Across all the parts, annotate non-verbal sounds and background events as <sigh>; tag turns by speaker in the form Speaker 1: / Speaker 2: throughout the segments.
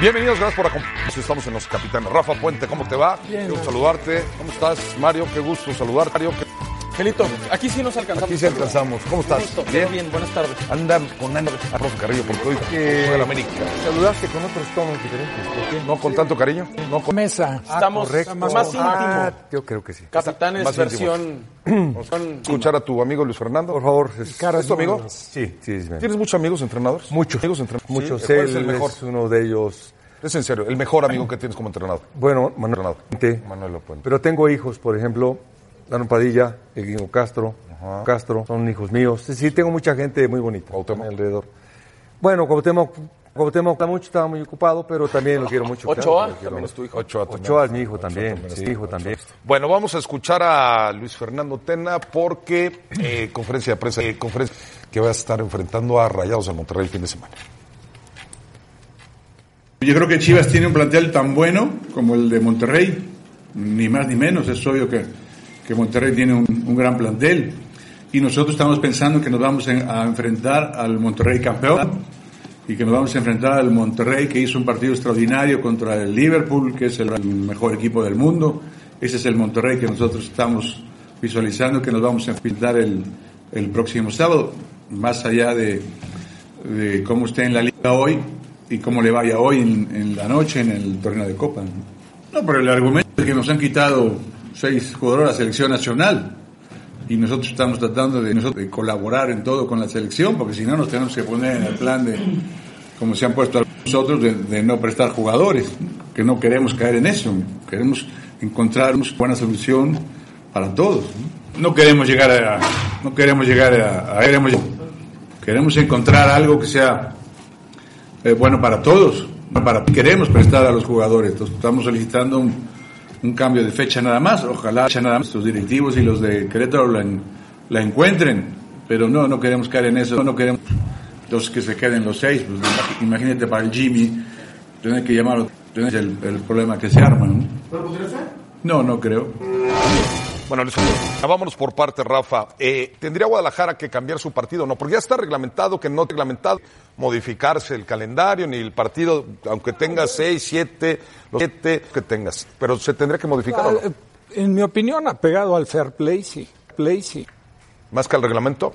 Speaker 1: Bienvenidos, gracias por acompañarnos. Estamos en Los Capitanes. Rafa Puente, ¿cómo te va?
Speaker 2: Bien,
Speaker 1: Quiero
Speaker 2: gracias.
Speaker 1: saludarte. ¿Cómo estás, Mario? Qué gusto saludarte. Mario, qué-
Speaker 2: Angelito, aquí sí nos alcanzamos.
Speaker 1: aquí se alcanzamos. ¿Cómo
Speaker 2: Un
Speaker 1: estás?
Speaker 2: gusto, todo
Speaker 1: Bien.
Speaker 2: bien, buenas tardes. Eh,
Speaker 1: Anda con Ana Rosa Carrillo, porque hoy juega el América.
Speaker 3: Saludaste con otros tonos diferentes. ¿Por qué?
Speaker 1: No con tanto cariño, no con Ah,
Speaker 4: Mesa.
Speaker 2: Estamos
Speaker 3: correcto.
Speaker 2: más íntimo.
Speaker 3: Ah, yo creo que sí.
Speaker 2: Capitanes
Speaker 1: Más
Speaker 2: versión.
Speaker 3: <clears throat>
Speaker 2: versión-
Speaker 1: escuchar a tu amigo Luis Fernando.
Speaker 3: Por favor, es,
Speaker 4: Caras
Speaker 1: ¿Es tu amigo?
Speaker 4: nuevas.
Speaker 3: sí, sí, es bien.
Speaker 1: ¿Tienes muchos amigos entrenadores?
Speaker 3: Muchos.
Speaker 1: Amigos entrenadores.
Speaker 3: muchos.
Speaker 1: Sí, ¿Cuál
Speaker 3: él
Speaker 1: es el mejor?
Speaker 3: es uno de ellos.
Speaker 1: Es en serio, el mejor amigo que tienes como entrenador.
Speaker 3: Bueno, Manuel
Speaker 1: Entrenador.
Speaker 3: Puente.
Speaker 1: Manuel Opuente.
Speaker 3: Pero tengo hijos, por ejemplo, Dano Padilla, el Guingo Castro, Castro, son hijos míos. Sí, sí, tengo mucha gente muy bonita
Speaker 1: Cuauhtémoc.
Speaker 3: alrededor. Bueno, Cuauhtémoc, Cuauhtémoc está mucho, estaba muy ocupado, pero también lo quiero mucho. claro
Speaker 2: Ochoa,
Speaker 3: que lo quiero
Speaker 2: también es tu hijo.
Speaker 1: Ochoa, también.
Speaker 3: Ochoa es mi hijo también, sí, hijo también.
Speaker 1: Bueno, vamos a escuchar a Luis Fernando Tena porque eh, conferencia de prensa, eh, conferencia que va a estar enfrentando a Rayados de Monterrey el fin de semana.
Speaker 5: Yo creo que Chivas tiene un plantel tan bueno como el de Monterrey, ni más ni menos. Es obvio que, que Monterrey tiene un, un gran plantel. Y nosotros estamos pensando que nos vamos en- a enfrentar al Monterrey campeón y que nos vamos a enfrentar al Monterrey que hizo un partido extraordinario contra el Liverpool, que es el mejor equipo del mundo. Ese es el Monterrey que nosotros estamos visualizando que nos vamos a enfrentar el, el próximo sábado, más allá de, de cómo esté en la liga hoy y cómo le vaya hoy en, en la noche en el torneo de Copa. No, pero el argumento es que nos han quitado seis jugadores a la selección nacional y nosotros estamos tratando de, nosotros, de colaborar en todo con la selección porque si no nos tenemos que poner en el plan de, como se han puesto nosotros, de, de no prestar jugadores, que no queremos caer en eso, queremos encontrar una buena solución para todos. No queremos llegar a... No queremos llegar a... a- queremos- Queremos encontrar algo que sea eh, bueno para todos. no Para, queremos prestar a los jugadores. Entonces, estamos solicitando un, un cambio de fecha nada más. Ojalá fecha nada más, los directivos y los de Querétaro la, en- la encuentren. Pero no, no queremos caer en eso. No queremos los que se queden los seis. Pues, imag- imagínate para el Jimmy tener que llamar tener el, el problema que se arma. ¿no?
Speaker 6: Pues
Speaker 5: No, no creo.
Speaker 1: Bueno, Luis, vámonos por parte, Rafa. Eh, ¿Tendría Guadalajara que cambiar su partido? No, porque ya está reglamentado, que no reglamentado, modificarse el calendario ni el partido, aunque tenga seis, siete, los siete que tengas. Pero se tendría que modificar, ¿o no?
Speaker 4: Ah, En mi opinión, apegado al fair play, sí. Play, sí.
Speaker 1: Más que al reglamento.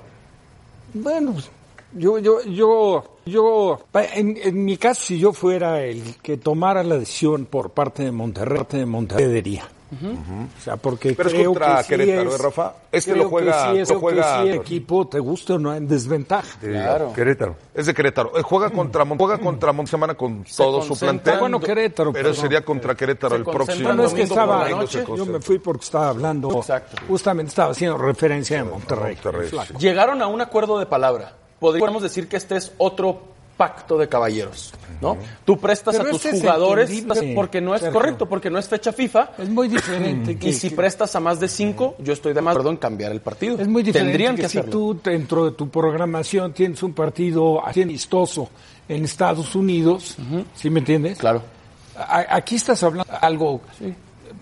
Speaker 4: Bueno, pues, yo, yo, yo, yo, pa- en, en mi caso, si yo fuera el que tomara la decisión por parte de Monterrey, parte de Monterrey, cedería. O sea, porque
Speaker 1: Pero es
Speaker 4: creo
Speaker 1: contra
Speaker 4: que sí
Speaker 1: Querétaro,
Speaker 4: es-
Speaker 1: ¿eh, Rafa? Este
Speaker 4: creo
Speaker 1: lo juega-
Speaker 4: que sí es-
Speaker 1: lo
Speaker 4: creo que
Speaker 1: juega-
Speaker 4: sí, equipo, te gusta o no, en desventaja.
Speaker 3: Eh, Querétaro.
Speaker 1: Es de Querétaro. Eh, juega contra Mon- juega contra Mon- semana con todo su
Speaker 2: concentran-
Speaker 1: plantel.
Speaker 4: Bueno, Querétaro,
Speaker 1: Pero
Speaker 4: perdón.
Speaker 1: sería contra Querétaro
Speaker 2: Se
Speaker 1: el próximo.
Speaker 2: concentran
Speaker 4: Bueno, es que
Speaker 2: domingo por la
Speaker 4: estaba,
Speaker 2: noche.
Speaker 4: yo me fui porque estaba hablando,
Speaker 2: Exacto.
Speaker 4: justamente estaba haciendo referencia a Monterrey.
Speaker 1: Monterrey, sí.
Speaker 2: Llegaron a un acuerdo de palabra. Podríamos decir que este es otro pacto de caballeros, ¿no? Tú prestas
Speaker 4: Pero
Speaker 2: a tus
Speaker 4: ese es
Speaker 2: jugadores
Speaker 4: entendible,
Speaker 2: porque no es
Speaker 4: Sergio.
Speaker 2: correcto, porque no es fecha FIFA.
Speaker 4: Es muy
Speaker 2: <clears throat>
Speaker 4: diferente. que-
Speaker 2: Y si
Speaker 4: que-
Speaker 2: prestas a más de cinco, yo estoy de más acuerdo en cambiar el partido.
Speaker 4: Es muy diferente
Speaker 2: Tendrían que,
Speaker 4: que, si
Speaker 2: hacerlo.
Speaker 4: tú dentro de tu programación tienes un partido así amistoso en Estados Unidos, ¿sí me entiendes?
Speaker 2: Claro.
Speaker 4: A- aquí estás hablando algo.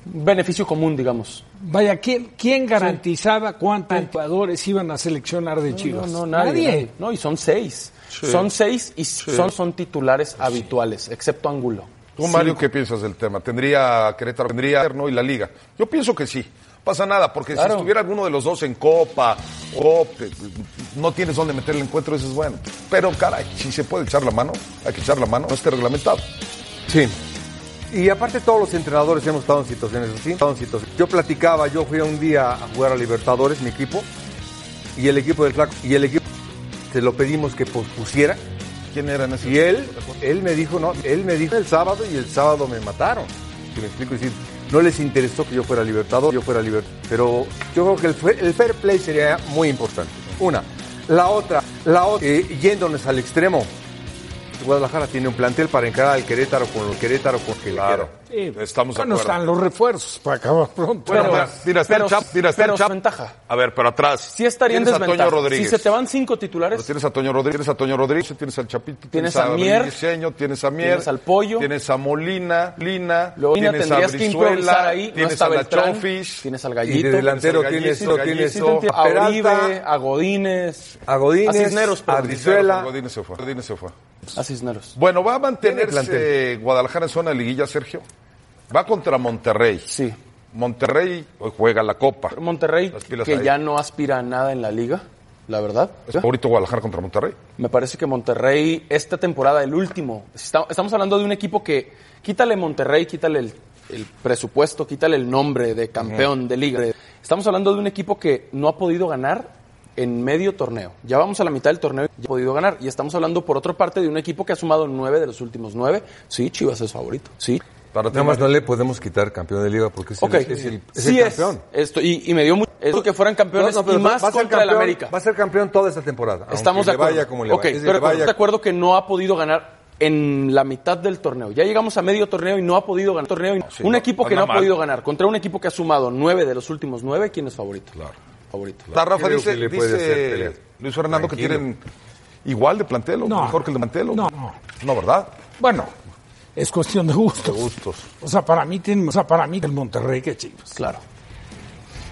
Speaker 2: Beneficio común, digamos.
Speaker 4: Vaya, ¿quién, quién garantizaba cuántos jugadores iban a seleccionar de
Speaker 2: No,
Speaker 4: Chivas?
Speaker 2: no, nadie. nadie. No, y son seis. Son seis y son, son titulares habituales, excepto Angulo.
Speaker 1: Tú, Mario, ¿qué piensas del tema? ¿Tendría Querétaro, tendría ¿no? y la Liga? Yo pienso que sí. Pasa nada, porque si
Speaker 2: Claro.
Speaker 1: estuviera alguno de los dos en Copa o eh, no tienes dónde meter el encuentro, dices, bueno. Pero, caray, si se puede echar la mano, hay que echar la mano, no esté reglamentado.
Speaker 3: Sí. Y aparte todos los entrenadores hemos estado en situaciones así. estado en situaciones- Yo platicaba, yo fui un día a jugar a Libertadores, mi equipo, y el equipo del Flaco, y el equipo se lo pedimos que pospusiera
Speaker 1: ¿Quién era en ese
Speaker 3: y él, él me dijo, no, él me dijo el sábado y el sábado me mataron. Si me explico, es decir, no les interesó que yo fuera libertador, yo fuera libertador. Pero yo creo que el, fe- el fair play sería muy importante. Una. La otra, la otra, eh, yéndonos al extremo. Guadalajara tiene un plantel para encarar al Querétaro con lo Querétaro con que le
Speaker 1: Claro.
Speaker 3: quiera.
Speaker 4: Sí.
Speaker 1: Estamos de
Speaker 4: Bueno,
Speaker 1: acuerdo.
Speaker 4: están los refuerzos para acabar pronto. Pero-
Speaker 2: Bueno,
Speaker 1: Mira, mira, está
Speaker 2: pero-
Speaker 1: el Chap, mira, está el
Speaker 2: pero
Speaker 1: Chap.
Speaker 2: ventaja.
Speaker 1: A ver, pero atrás.
Speaker 2: Sí estaría en
Speaker 1: Tienes a
Speaker 2: desventaja.
Speaker 1: Toño Rodríguez.
Speaker 2: Si se te van cinco
Speaker 1: Pero
Speaker 2: titulares,
Speaker 1: tienes a Toño Rodríguez, tienes a Toño Rodríguez, tienes al Chapito,
Speaker 2: Tienes a Mier,
Speaker 1: Briseño, tienes a Mier,
Speaker 2: tienes al Pollo,
Speaker 1: tienes a Molina, Lina,
Speaker 2: luego
Speaker 1: tienes
Speaker 2: tendrías
Speaker 1: a
Speaker 2: que
Speaker 1: Brizuela,
Speaker 2: improvisar ahí. No
Speaker 1: tienes
Speaker 2: está
Speaker 1: a la
Speaker 2: Beltrán,
Speaker 1: Chofis,
Speaker 2: tienes al
Speaker 3: Y
Speaker 2: Gallito,
Speaker 3: de delantero
Speaker 1: Gallito,
Speaker 3: tienes,
Speaker 1: Gallito,
Speaker 3: lo tienes
Speaker 2: Sí, te entiendo.
Speaker 3: a
Speaker 2: a
Speaker 3: Peralta,
Speaker 2: Oribe, a Godínez,
Speaker 3: a Godínez,
Speaker 2: a Cisneros,
Speaker 3: a
Speaker 2: perdón.
Speaker 3: Brizuela.
Speaker 1: Godínez se fue. Godínez se fue.
Speaker 2: a Cisneros.
Speaker 1: Bueno, va a
Speaker 3: Tiene
Speaker 1: mantenerse
Speaker 3: plantel.
Speaker 1: Guadalajara en zona de liguilla, Sergio. Va contra Monterrey.
Speaker 2: Sí.
Speaker 1: Monterrey hoy juega la Copa.
Speaker 2: Monterrey,
Speaker 1: Las pilas
Speaker 2: que
Speaker 1: ahí.
Speaker 2: ya no aspira a nada en la liga, la verdad.
Speaker 1: Es favorito Guadalajara contra Monterrey.
Speaker 2: Me parece que Monterrey, esta temporada, el último. está- estamos hablando de un equipo que quítale Monterrey, quítale el, el presupuesto, quítale el nombre de campeón de liga. Estamos hablando de un equipo que no ha podido ganar en medio torneo. Ya vamos a la mitad del torneo y ya ha podido ganar. Y estamos hablando, por otra parte, de un equipo que ha sumado nueve de los últimos nueve. Sí, Chivas es favorito. Sí.
Speaker 1: Para ti,
Speaker 3: Nada más no le podemos quitar campeón de liga porque es el-
Speaker 2: Ok.
Speaker 3: es el, es
Speaker 2: sí
Speaker 3: el
Speaker 2: es.
Speaker 3: campeón.
Speaker 2: Esto, y, y me dio mucho esto que fueran campeones
Speaker 3: No, no, pero
Speaker 2: y más
Speaker 3: va a ser
Speaker 2: contra el
Speaker 3: campeón-
Speaker 2: América.
Speaker 3: Va a ser campeón toda esta temporada.
Speaker 2: Estamos
Speaker 3: aunque
Speaker 2: de
Speaker 3: le
Speaker 2: acuerdo.
Speaker 3: Vaya como le
Speaker 2: Ok,
Speaker 3: vaya. Es decir,
Speaker 2: pero
Speaker 3: le
Speaker 2: estamos de
Speaker 3: vaya-
Speaker 2: acuerdo que no ha podido ganar en la mitad del torneo. Ya llegamos a medio torneo y no ha podido ganar. Torneo y-
Speaker 1: sí,
Speaker 2: un
Speaker 1: no,
Speaker 2: equipo que
Speaker 1: anda
Speaker 2: no ha
Speaker 1: mal.
Speaker 2: podido ganar contra un equipo que ha sumado nueve de los últimos nueve. ¿Quién es favorito?
Speaker 1: Claro.
Speaker 2: Favorito.
Speaker 1: Está Rafa
Speaker 3: Creo
Speaker 1: dice,
Speaker 3: que le
Speaker 1: dice
Speaker 3: puede hacer pelea.
Speaker 1: Luis Fernando que
Speaker 3: Tranquilo.
Speaker 1: tienen igual de plantel o
Speaker 4: No.
Speaker 1: mejor que el de Mantelo.
Speaker 4: No, no.
Speaker 1: No, ¿verdad?
Speaker 4: Bueno, es cuestión de gustos.
Speaker 1: De gustos.
Speaker 4: O sea, para mí tiene, o sea, para mí el Monterrey que Chivas.
Speaker 2: Claro.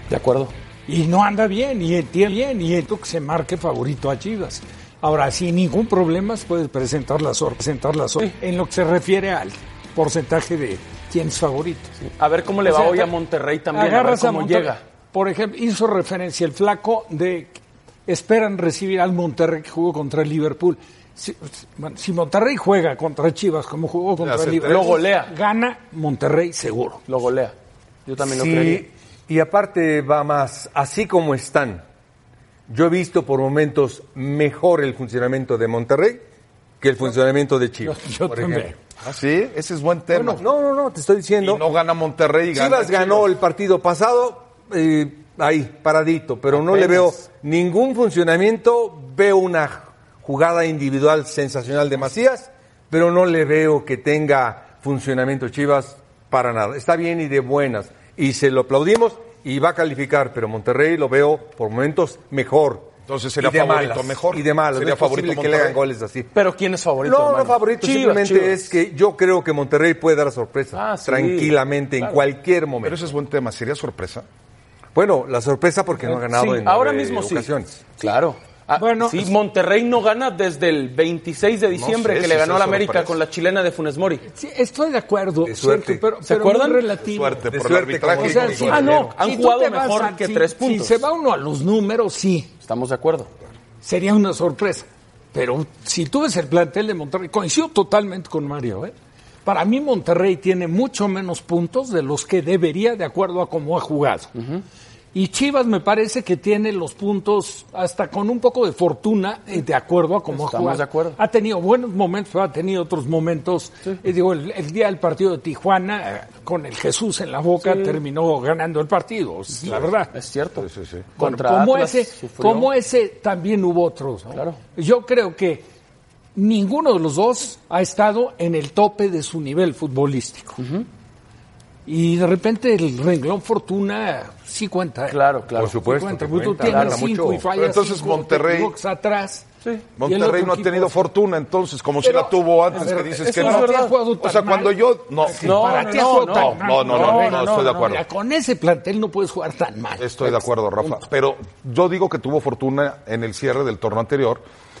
Speaker 2: De acuerdo.
Speaker 4: Y no anda bien, y tiene bien, y esto que se marque favorito a Chivas. Ahora, sin ningún problema se puede presentar la sorpresa, presentar la sor- en lo que se refiere al porcentaje de quién es favorito.
Speaker 2: A ver cómo le
Speaker 4: O
Speaker 2: va
Speaker 4: sea,
Speaker 2: hoy
Speaker 4: te-
Speaker 2: a Monterrey también. A ver
Speaker 4: agarras a
Speaker 2: cómo
Speaker 4: Monterrey.
Speaker 2: llega.
Speaker 4: Por ejemplo, hizo referencia el flaco de esperan recibir al Monterrey que jugó contra el Liverpool. Si, bueno, si Monterrey juega contra Chivas como jugó contra
Speaker 1: hace
Speaker 4: el
Speaker 1: tres.
Speaker 4: Liverpool,
Speaker 2: Lo golea.
Speaker 4: Gana Monterrey seguro.
Speaker 2: Lo golea. Yo también
Speaker 3: Sí,
Speaker 2: lo creería.
Speaker 3: y aparte va más, así como están, yo he visto por momentos mejor el funcionamiento de Monterrey que el funcionamiento de
Speaker 4: Yo,
Speaker 3: Chivas.
Speaker 4: yo
Speaker 3: por
Speaker 4: también.
Speaker 3: ejemplo.
Speaker 1: Ah, sí, ese es buen tema.
Speaker 3: Bueno, no, no, no, te estoy diciendo.
Speaker 1: Y no gana Monterrey y gana
Speaker 3: Chivas ganó el partido pasado, eh, ahí, paradito, pero no le veo
Speaker 1: Apenas.
Speaker 3: ningún funcionamiento. Veo una jugada individual sensacional de Macías, pero no le veo que tenga funcionamiento Chivas para nada. Está bien y de buenas. Y se lo aplaudimos y va a calificar, pero Monterrey lo veo por momentos mejor.
Speaker 1: Entonces sería
Speaker 3: Y de
Speaker 1: favorito
Speaker 3: malas,
Speaker 1: mejor.
Speaker 3: Y de malas.
Speaker 1: Sería
Speaker 3: no es posible
Speaker 1: favorito
Speaker 3: que le hagan
Speaker 1: Monterrey.
Speaker 3: goles así.
Speaker 2: Pero ¿quién es favorito?
Speaker 3: No,
Speaker 2: hermano?
Speaker 3: no favorito,
Speaker 2: Chivas,
Speaker 3: simplemente
Speaker 2: Chivas.
Speaker 3: es que yo creo que Monterrey puede dar sorpresa
Speaker 2: Ah, sí,
Speaker 3: tranquilamente en
Speaker 2: claro.
Speaker 3: cualquier momento.
Speaker 1: Pero ese es buen tema. ¿Sería sorpresa?
Speaker 3: Bueno, la sorpresa porque no ha ganado
Speaker 2: Sí,
Speaker 3: en
Speaker 2: ahora
Speaker 3: nueve
Speaker 2: mismo sí.
Speaker 3: ocasiones.
Speaker 2: Claro. Ah,
Speaker 4: Bueno,
Speaker 2: sí,
Speaker 4: es-
Speaker 2: Monterrey no gana desde el 26 de diciembre
Speaker 1: sé
Speaker 2: que
Speaker 1: si
Speaker 2: le ganó
Speaker 1: eso
Speaker 2: a la
Speaker 1: me
Speaker 2: América
Speaker 1: parece.
Speaker 2: con la chilena de Funes Mori.
Speaker 4: Sí, estoy de acuerdo,
Speaker 3: De
Speaker 4: Sergio,
Speaker 3: suerte.
Speaker 4: pero,
Speaker 2: ¿Se
Speaker 4: pero muy
Speaker 2: acuerdan?
Speaker 4: relativo.
Speaker 1: Suerte,
Speaker 3: de
Speaker 1: por
Speaker 3: suerte,
Speaker 1: el arbitraje.
Speaker 3: como
Speaker 4: O sea,
Speaker 3: Con
Speaker 4: sí,
Speaker 3: el
Speaker 4: ah, no,
Speaker 2: Han
Speaker 4: si tú
Speaker 2: jugado
Speaker 4: te vas
Speaker 2: mejor
Speaker 4: a-
Speaker 2: que
Speaker 4: si-
Speaker 2: tres puntos.
Speaker 4: Si se va uno a los números, sí,
Speaker 2: Estamos de acuerdo.
Speaker 4: sería una sorpresa. Pero si tú ves el plantel de Monterrey, coincido totalmente con Mario. ¿eh? Para mí Monterrey tiene mucho menos puntos de los que debería de acuerdo a cómo ha jugado. Y Chivas me parece que tiene los puntos hasta con un poco de fortuna eh, de acuerdo a cómo ha
Speaker 2: Estamos
Speaker 4: jugado.
Speaker 2: de acuerdo.
Speaker 4: Ha tenido buenos momentos, pero ha tenido otros momentos. Eh, digo, el, el día del partido de Tijuana, eh, con el Jesús en la boca, terminó ganando el partido, es la verdad.
Speaker 2: Es cierto.
Speaker 4: Bueno,
Speaker 2: Contra
Speaker 4: como
Speaker 2: Atlas
Speaker 4: ese,
Speaker 2: sufrió.
Speaker 4: como ese también hubo otros. ¿no?
Speaker 2: Claro.
Speaker 4: Yo creo que ninguno de los dos ha estado en el tope de su nivel futbolístico. Y de repente el renglón fortuna sí cuenta. ¿eh?
Speaker 2: Claro, claro.
Speaker 3: Por supuesto.
Speaker 4: Cuenta,
Speaker 3: que
Speaker 4: porque tú
Speaker 3: cuenta,
Speaker 4: tienes
Speaker 3: gana
Speaker 4: cinco
Speaker 3: mucho.
Speaker 4: y fallas
Speaker 1: Pero entonces
Speaker 4: cinco, te
Speaker 1: Monterrey-
Speaker 4: equivocas atrás. Y el otro
Speaker 1: Monterrey no ha
Speaker 4: equipo-
Speaker 1: tenido fortuna, entonces, como si
Speaker 4: Pero-
Speaker 1: la tuvo antes,
Speaker 4: a ver,
Speaker 1: que dices
Speaker 4: eso
Speaker 1: que
Speaker 4: es
Speaker 1: no.
Speaker 4: verdad.
Speaker 1: O sea, cuando yo. No,
Speaker 4: Sí,
Speaker 2: No,
Speaker 4: para
Speaker 2: no,
Speaker 4: ti ha jugado
Speaker 2: no,
Speaker 4: tan
Speaker 1: no,
Speaker 4: mal.
Speaker 1: no, no, no, no, estoy de acuerdo.
Speaker 4: mira, Con ese plantel no puedes jugar tan mal.
Speaker 1: Estoy de acuerdo, Rafa. Pero yo digo que tuvo fortuna en el cierre del torneo anterior.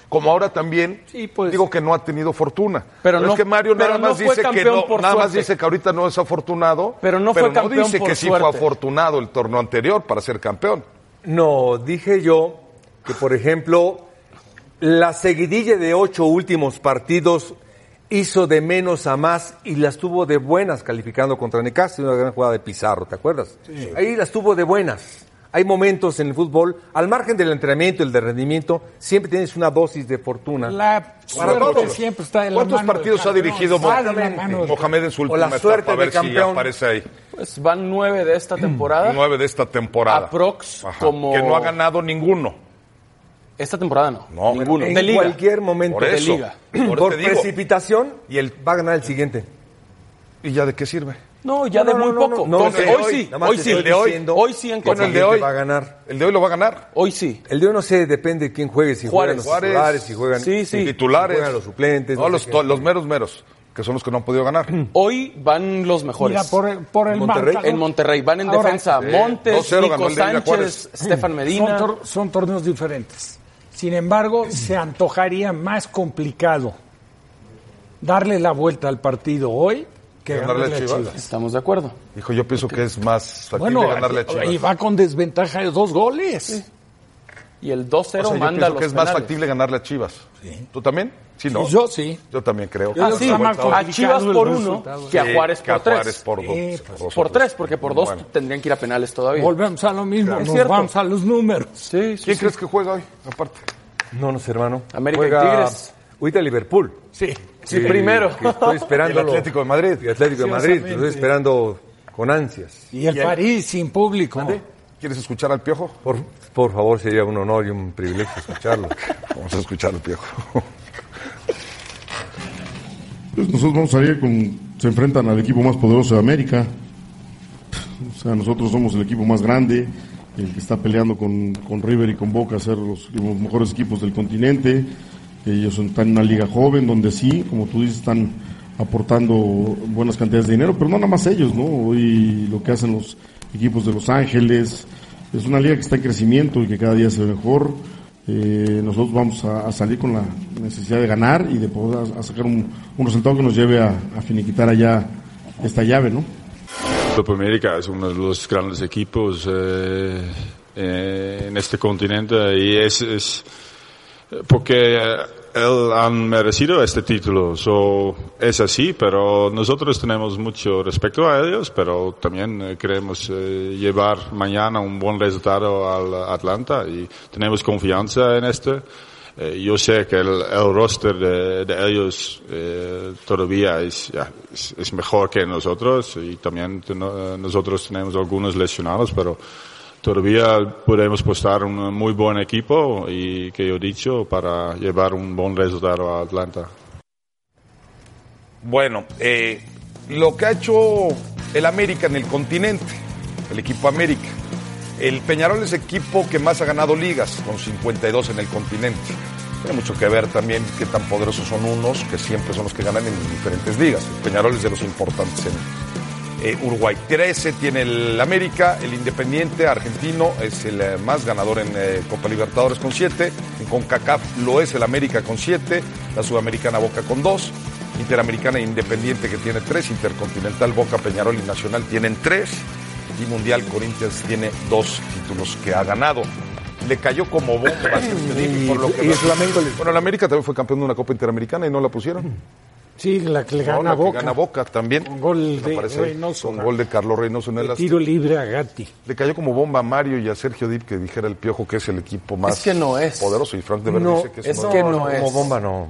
Speaker 1: Como ahora también
Speaker 4: Sí, pues.
Speaker 1: digo que no ha tenido fortuna.
Speaker 2: Pero no-
Speaker 1: es que Mario
Speaker 2: pero
Speaker 1: nada
Speaker 2: no
Speaker 1: más
Speaker 2: fue
Speaker 1: dice que
Speaker 2: campeón
Speaker 1: no,
Speaker 2: por
Speaker 1: nada más
Speaker 2: suerte.
Speaker 1: dice que ahorita no es afortunado.
Speaker 2: Pero no fue campeón
Speaker 1: dice
Speaker 2: por
Speaker 1: que sí fue
Speaker 2: suerte.
Speaker 1: afortunado el torneo anterior para ser campeón.
Speaker 3: No, dije yo que, por ejemplo, la seguidilla de ocho últimos partidos hizo de menos a más y las tuvo de buenas calificando contra Necaxa, una gran jugada de Pizarro, ¿te acuerdas? Ahí las tuvo de buenas. hay momentos en el fútbol, al margen del entrenamiento, el de rendimiento, siempre tienes una dosis de fortuna.
Speaker 4: La suerte
Speaker 1: todos.
Speaker 4: siempre está en la
Speaker 1: ¿Cuántos
Speaker 4: mano del
Speaker 1: partidos ha
Speaker 4: campeón,
Speaker 1: dirigido
Speaker 4: está en la
Speaker 1: Mohamed,
Speaker 4: mano del
Speaker 1: Mohamed en su
Speaker 3: O la
Speaker 1: última
Speaker 3: suerte
Speaker 1: etapa? A
Speaker 3: de
Speaker 1: ver si
Speaker 3: campeón.
Speaker 1: aparece ahí.
Speaker 2: Pues van nueve de esta temporada.
Speaker 1: Nueve de esta temporada.
Speaker 2: Aprox, como-
Speaker 1: Que no ha ganado ninguno.
Speaker 2: Esta temporada no.
Speaker 1: No,
Speaker 2: ninguno.
Speaker 3: En
Speaker 2: De liga.
Speaker 3: cualquier momento.
Speaker 1: Por
Speaker 2: de
Speaker 1: eso.
Speaker 2: liga.
Speaker 1: Por, eso
Speaker 3: Por
Speaker 1: te digo.
Speaker 3: precipitación,
Speaker 1: Y el-
Speaker 3: va a ganar el siguiente.
Speaker 1: ¿Y ya de qué sirve?
Speaker 2: No, ya
Speaker 3: No,
Speaker 2: de
Speaker 3: no, no,
Speaker 2: muy
Speaker 3: no, no,
Speaker 2: poco. Con-
Speaker 3: no,
Speaker 2: hoy,
Speaker 3: no,
Speaker 2: sí,
Speaker 3: nada más
Speaker 2: hoy
Speaker 3: te
Speaker 2: sí,
Speaker 3: estoy
Speaker 2: el de hoy.
Speaker 3: diciendo-
Speaker 2: Hoy sí en
Speaker 1: Con
Speaker 2: contra.
Speaker 1: el de
Speaker 3: Siguiente
Speaker 1: hoy.
Speaker 3: va a ganar.
Speaker 1: El de hoy lo va a ganar.
Speaker 2: Hoy sí.
Speaker 3: El de hoy no sé, depende de quién juegue, si
Speaker 2: Juárez.
Speaker 3: juegan los
Speaker 1: Juárez.
Speaker 3: titulares, si juegan
Speaker 2: Sí,
Speaker 1: Sin
Speaker 2: sí.
Speaker 1: titulares.
Speaker 3: Juegan los suplentes,
Speaker 1: No,
Speaker 3: no sé
Speaker 1: los,
Speaker 3: qué.
Speaker 1: to- los meros meros, que son los que no han podido ganar.
Speaker 2: <clears throat> Hoy van los mejores.
Speaker 4: Mira, por el, por el
Speaker 3: Monterrey.
Speaker 4: marcador-
Speaker 2: En Monterrey van en
Speaker 4: Ahora,
Speaker 2: defensa Montes,
Speaker 1: 2-0 ganó
Speaker 2: Nico
Speaker 1: el de Isla Juárez.
Speaker 2: Sánchez, Stefan
Speaker 4: Son,
Speaker 2: Medina.
Speaker 4: tor- son torneos diferentes. Sin embargo, se antojaría más complicado darle la vuelta al partido hoy que
Speaker 1: Ganarle a
Speaker 4: ganarle, a
Speaker 1: Chivas.
Speaker 4: Chivas.
Speaker 2: Estamos de acuerdo.
Speaker 1: Dijo, yo pienso que es más factible
Speaker 4: Bueno,
Speaker 1: ganarle a Chivas.
Speaker 4: y va con desventaja de dos goles.
Speaker 2: Y el 2-0
Speaker 1: O sea, yo
Speaker 2: manda
Speaker 1: pienso
Speaker 2: los
Speaker 1: que es más
Speaker 2: penales.
Speaker 1: factible ganarle a Chivas. ¿Tú también? Sí, no.
Speaker 4: Yo sí.
Speaker 1: Yo también creo.
Speaker 4: Yo
Speaker 2: Ah,
Speaker 4: creo
Speaker 2: sí,
Speaker 4: que está más
Speaker 2: a Chivas
Speaker 4: complicado
Speaker 2: por
Speaker 4: el
Speaker 2: uno
Speaker 4: resultado.
Speaker 2: que a Juárez por tres.
Speaker 1: por dos.
Speaker 4: Eh,
Speaker 1: por dos
Speaker 2: Por
Speaker 1: otros.
Speaker 2: tres, porque por dos
Speaker 1: Bueno.
Speaker 2: tendrían que ir a penales todavía.
Speaker 4: Volvemos a lo mismo,
Speaker 2: Es
Speaker 4: nos
Speaker 2: cierto.
Speaker 4: vamos a los números.
Speaker 2: Sí, sí,
Speaker 1: ¿Quién
Speaker 2: sí.
Speaker 1: crees que juega hoy? Aparte.
Speaker 3: No, no sé, hermano.
Speaker 2: América y
Speaker 3: Juega
Speaker 2: Tigres.
Speaker 3: Ahorita Liverpool.
Speaker 4: Sí.
Speaker 2: Sí, primero.
Speaker 3: que estoy esperando.
Speaker 1: El Atlético de Madrid.
Speaker 3: Y Atlético de Madrid. que Estoy esperando con ansias.
Speaker 4: Y el París sin público.
Speaker 1: ¿Quieres escuchar al Piojo?
Speaker 3: Por, por favor, sería un honor y un privilegio escucharlo.
Speaker 1: Vamos a escuchar al Piojo.
Speaker 6: Pues nosotros vamos a ir con. Se enfrentan al equipo más poderoso de América. O sea, nosotros somos el equipo más grande, el que está peleando con, con River y con Boca a ser los, los mejores equipos del continente. Ellos están en una liga joven donde sí, como tú dices, están aportando buenas cantidades de dinero, pero no nada más ellos, ¿no? Hoy lo que hacen los equipos de Los Ángeles. Es una liga que está en crecimiento y que cada día se ve mejor. Eh, nosotros vamos a, a salir con la necesidad de ganar y de poder a- a sacar un, un resultado que nos lleve a, a finiquitar allá esta llave, ¿no?
Speaker 7: Copa América es uno de los grandes equipos eh, eh, en este continente y es, es porque eh, él han merecido este título. So, es así, pero nosotros tenemos mucho respeto a ellos, pero también eh, queremos eh, llevar mañana un buen resultado al Atlanta y tenemos confianza en esto. Eh, yo sé que el, el roster de, de ellos eh, todavía es, ya, es, es mejor que nosotros y también teno- eh, nosotros tenemos algunos lesionados, pero todavía podemos postar un muy buen equipo y que yo he dicho para llevar un buen resultado a Atlanta.
Speaker 1: Bueno, eh, lo que ha hecho el América en el continente, el equipo América. El Peñarol es el equipo que más ha ganado ligas, con 52 en el continente. Tiene mucho que ver también qué tan poderosos son unos, que siempre son los que ganan en diferentes ligas. El Peñarol es de los importantes en eh, Uruguay. 13 tiene el América, el Independiente argentino es el eh, más ganador en eh, Copa Libertadores con 7, en CONCACAF lo es el América con 7, la Sudamericana Boca con 2, Interamericana e Independiente que tiene 3, Intercontinental Boca, Peñarol y Nacional tienen 3 y Mundial Corinthians tiene dos títulos que ha ganado. Le cayó como bomba.
Speaker 3: Y-
Speaker 1: por lo que
Speaker 3: y el Flamengo les-
Speaker 1: Bueno, el América también fue campeón de una Copa Interamericana y no la pusieron.
Speaker 4: Sí, la que le
Speaker 1: No,
Speaker 4: gana
Speaker 1: la que
Speaker 4: Boca.
Speaker 1: Gana Boca también.
Speaker 4: Con gol de
Speaker 1: Aparece ahí,
Speaker 4: Reynoso.
Speaker 1: Con gol de Carlos Reynoso en el
Speaker 4: De
Speaker 1: Azteca.
Speaker 4: tiro libre a Gatti.
Speaker 1: Le cayó como bomba a Mario y a Sergio Dip que dijera el Piojo que es el equipo más
Speaker 2: Es que no es.
Speaker 1: poderoso. Y Frank de Verde dice que es,
Speaker 2: es
Speaker 1: uno de
Speaker 2: que
Speaker 1: los-
Speaker 2: no
Speaker 3: Como
Speaker 2: es.
Speaker 3: bomba, no.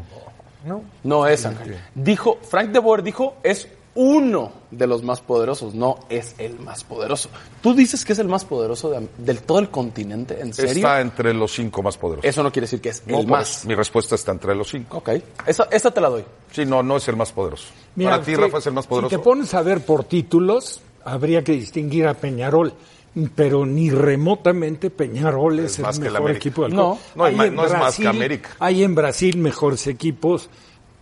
Speaker 2: No es, Ángel. Dijo, Frank de Boer dijo, es uno de los más poderosos, no es el más poderoso. Tú dices que es el más poderoso de, del todo el continente, ¿en serio?
Speaker 1: Está entre los cinco más poderosos.
Speaker 2: Eso no quiere decir que es
Speaker 1: No,
Speaker 2: el
Speaker 1: por
Speaker 2: más.
Speaker 1: eso. Mi respuesta está entre los cinco.
Speaker 2: Ok, esa, esa te la doy.
Speaker 1: Sí, no, no es el más poderoso.
Speaker 4: Mira,
Speaker 1: Para ti,
Speaker 4: si-
Speaker 1: Rafa, es el más poderoso.
Speaker 4: Si te pones a ver por títulos, habría que distinguir a Peñarol. Pero ni remotamente Peñarol es,
Speaker 1: Es
Speaker 4: el
Speaker 1: más que el
Speaker 4: mejor
Speaker 1: América.
Speaker 4: equipo del
Speaker 2: No,
Speaker 4: co-
Speaker 1: no,
Speaker 4: Hay
Speaker 1: y ma-
Speaker 4: en
Speaker 1: no es más que América.
Speaker 4: Hay en Brasil mejores equipos.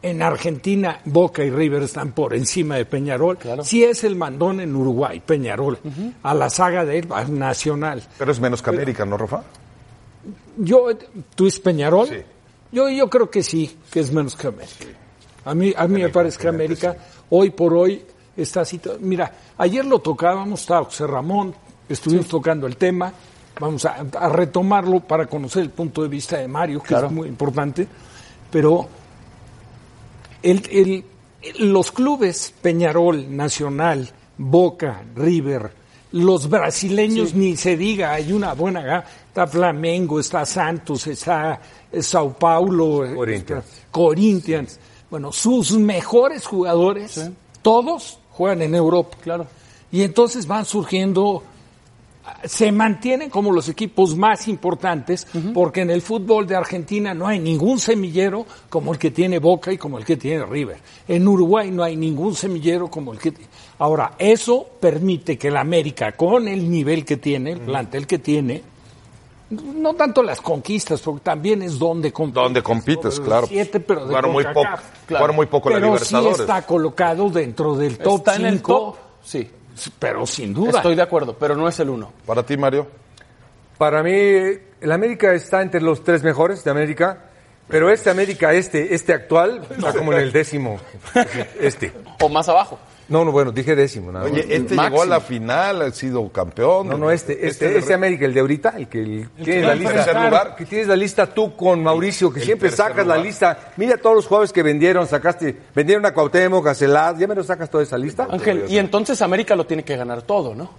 Speaker 4: En Argentina, Boca y River están por encima de Peñarol.
Speaker 2: Claro.
Speaker 4: Sí es el mandón en Uruguay, Peñarol. A la saga de él, va Nacional.
Speaker 1: Pero es menos que América, ¿no, Rafa?
Speaker 4: Yo, ¿Tú es Peñarol?
Speaker 1: Sí.
Speaker 4: Yo, yo creo que sí, que es menos que América. A mí, a mí me parece que América hoy por hoy está situado. Mira, ayer lo tocábamos, estaba José Ramón, estuvimos tocando el tema. Vamos a, a retomarlo para conocer el punto de vista de Mario, que
Speaker 2: Claro.
Speaker 4: es muy importante. Pero el- el- el- los clubes Peñarol, Nacional, Boca, River, Los brasileños ni se diga, hay una buena, ga- está Flamengo, está Santos, está eh, Sao Paulo, eh,
Speaker 3: Corinthians.
Speaker 4: está Corinthians. Bueno, sus mejores jugadores, todos juegan en Europa.
Speaker 2: Claro.
Speaker 4: Y entonces van surgiendo, se mantienen como los equipos más importantes, porque en el fútbol de Argentina no hay ningún semillero como el que tiene Boca y como el que tiene River. En Uruguay no hay ningún semillero como el que tiene. Ahora, eso permite que la América, con el nivel que tiene, el plantel que tiene, no tanto las conquistas, porque también es donde compites.
Speaker 1: Donde compites,
Speaker 4: Sobre los
Speaker 1: pues, claro.
Speaker 4: Siete, pero de
Speaker 1: Jugaron muy poco,
Speaker 4: CONCACAF.
Speaker 1: jugaron muy poco la
Speaker 4: Pero sí
Speaker 1: Libertadores.
Speaker 4: está colocado dentro del top
Speaker 2: Está en el
Speaker 4: cinco,
Speaker 2: top. Sí,
Speaker 4: pero sin duda.
Speaker 2: estoy de acuerdo, pero no es el uno.
Speaker 1: Para ti, Mario.
Speaker 3: Para mí, el América está entre los tres mejores de América, pero este América, este, este actual, está como en el décimo. Este.
Speaker 2: O más abajo.
Speaker 3: No, no, bueno, dije décimo, nada más.
Speaker 1: Oye, este
Speaker 2: máximo.
Speaker 1: llegó a la final, ha sido campeón.
Speaker 3: No, no, este, este, este,
Speaker 1: de-
Speaker 3: América, el de ahorita, el que el- tienes la
Speaker 1: va en tercer lugar.
Speaker 3: lista. Que tienes la lista tú con Mauricio, que
Speaker 1: el
Speaker 3: siempre
Speaker 1: tercer
Speaker 3: sacas la
Speaker 1: lugar.
Speaker 3: lista. Mira todos los jugadores que vendieron, sacaste, vendieron a Cuauhtémoc, a Celad, ya me lo sacas toda esa lista.
Speaker 2: Ángel, y entonces América lo tiene que ganar todo, ¿no?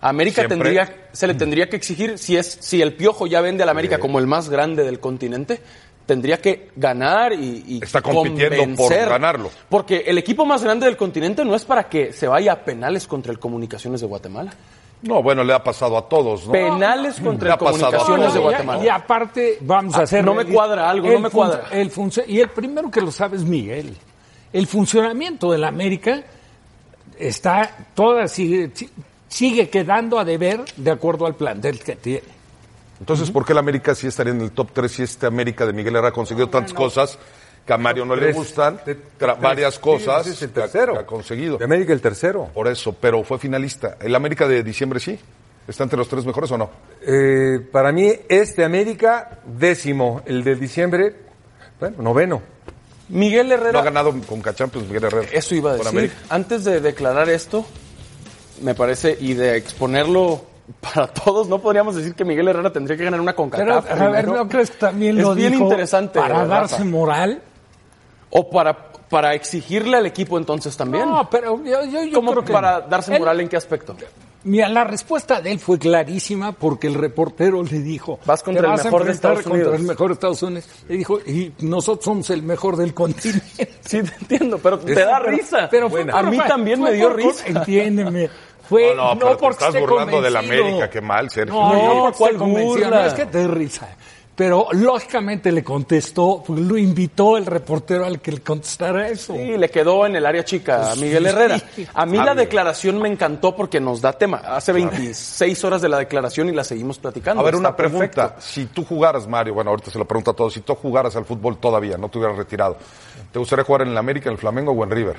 Speaker 2: América
Speaker 1: Siempre.
Speaker 2: tendría, se le tendría que exigir, si es, si el piojo ya vende al América como el más grande del continente, tendría que ganar y, y
Speaker 1: Está compitiendo por
Speaker 2: convencer.
Speaker 1: ganarlo.
Speaker 2: Porque el equipo más grande del continente no es para que se vaya a penales contra el Comunicaciones de Guatemala.
Speaker 1: No, bueno, le ha pasado a todos, ¿no?
Speaker 2: Penales
Speaker 1: Le
Speaker 2: contra
Speaker 1: ha
Speaker 2: el
Speaker 1: pasado a
Speaker 2: Comunicaciones
Speaker 1: todos.
Speaker 2: de
Speaker 4: y-
Speaker 2: Guatemala.
Speaker 4: Y, aparte, vamos a
Speaker 2: Ah,
Speaker 4: hacer.
Speaker 2: no me cuadra algo,
Speaker 4: el
Speaker 2: no me
Speaker 4: fun-
Speaker 2: cuadra.
Speaker 4: el funcio- y el primero que lo sabe es Miguel. El funcionamiento del América está toda sigue, si- sigue quedando a deber de acuerdo al plantel que tiene.
Speaker 1: Entonces, ¿por qué el América sí estaría en el top 3 si este América de Miguel Herrera consiguió tantas cosas que a Mario no le
Speaker 3: Tres,
Speaker 1: gustan?
Speaker 3: de-
Speaker 1: Tra-
Speaker 3: tres,
Speaker 1: varias
Speaker 3: sí,
Speaker 1: cosas
Speaker 3: ese es el
Speaker 1: que ha-
Speaker 3: tercero.
Speaker 1: que ha conseguido.
Speaker 3: De América, el tercero.
Speaker 1: Por eso, pero fue finalista. ¿El América de diciembre sí? ¿Está entre los tres mejores o no?
Speaker 3: Eh, para mí, este América, décimo. El de diciembre, bueno, noveno.
Speaker 2: Miguel
Speaker 1: No
Speaker 2: Herrera
Speaker 1: ha ganado con Cachampions Miguel Herrera.
Speaker 2: Eso iba
Speaker 1: Con
Speaker 2: a decir.
Speaker 1: pues, América.
Speaker 2: Antes de declarar esto, me parece, y de exponerlo para todos, no podríamos decir que Miguel Herrera tendría que ganar una
Speaker 4: Pero,
Speaker 2: CONCACAF.
Speaker 4: a ver,
Speaker 2: primero.
Speaker 4: ¿no crees que también
Speaker 2: es
Speaker 4: lo
Speaker 2: bien
Speaker 4: dijo
Speaker 2: interesante,
Speaker 4: para
Speaker 2: Rafa.
Speaker 4: darse moral?
Speaker 2: O para, para exigirle al equipo entonces también.
Speaker 4: No, pero yo, yo, yo
Speaker 2: ¿Cómo
Speaker 4: creo que
Speaker 2: para darse
Speaker 4: él-
Speaker 2: moral en qué aspecto?
Speaker 4: Mira, la respuesta de él fue clarísima porque el reportero le dijo,
Speaker 2: Vas contra
Speaker 4: "Te
Speaker 2: el
Speaker 4: vas a
Speaker 2: mejor de
Speaker 4: enfrentar
Speaker 2: Estados
Speaker 4: contra
Speaker 2: Unidos".
Speaker 4: el mejor de Estados Unidos. Le dijo, y nosotros somos el mejor del continente.
Speaker 2: <laughs>
Speaker 4: Este,
Speaker 2: Sí, te entiendo, pero te da
Speaker 4: Pero-
Speaker 2: risa.
Speaker 4: Pero fue
Speaker 2: a
Speaker 4: por-
Speaker 2: mí
Speaker 4: fue-
Speaker 2: también
Speaker 4: fue
Speaker 2: me dio
Speaker 4: por-
Speaker 1: <laughs>
Speaker 2: risa.
Speaker 4: Entiéndeme. Fue
Speaker 1: No, no,
Speaker 4: Eh, no,
Speaker 1: pero te
Speaker 4: porque
Speaker 1: estás
Speaker 4: esté
Speaker 1: burlando del
Speaker 4: convencido.
Speaker 1: América, qué mal, Sergio.
Speaker 4: No,
Speaker 2: No,
Speaker 4: no, porque
Speaker 2: ¿cuál
Speaker 4: esté convencido,
Speaker 2: burla?
Speaker 4: no, es que te dé risa. Pero lógicamente le contestó, pues, lo invitó el reportero al que le contestara eso.
Speaker 2: Sí, le quedó en el área chica a
Speaker 3: Pues
Speaker 2: Miguel Herrera. A mí la declaración me encantó porque nos da tema. Hace 26 horas de la declaración y la seguimos platicando.
Speaker 1: A ver,
Speaker 2: Está
Speaker 1: una pregunta.
Speaker 2: perfecto.
Speaker 1: Si tú jugaras, Mario, bueno, ahorita se lo pregunto a todos, si tú jugaras al fútbol todavía, no te hubieras retirado, ¿te gustaría jugar en el América, en el Flamengo o en River?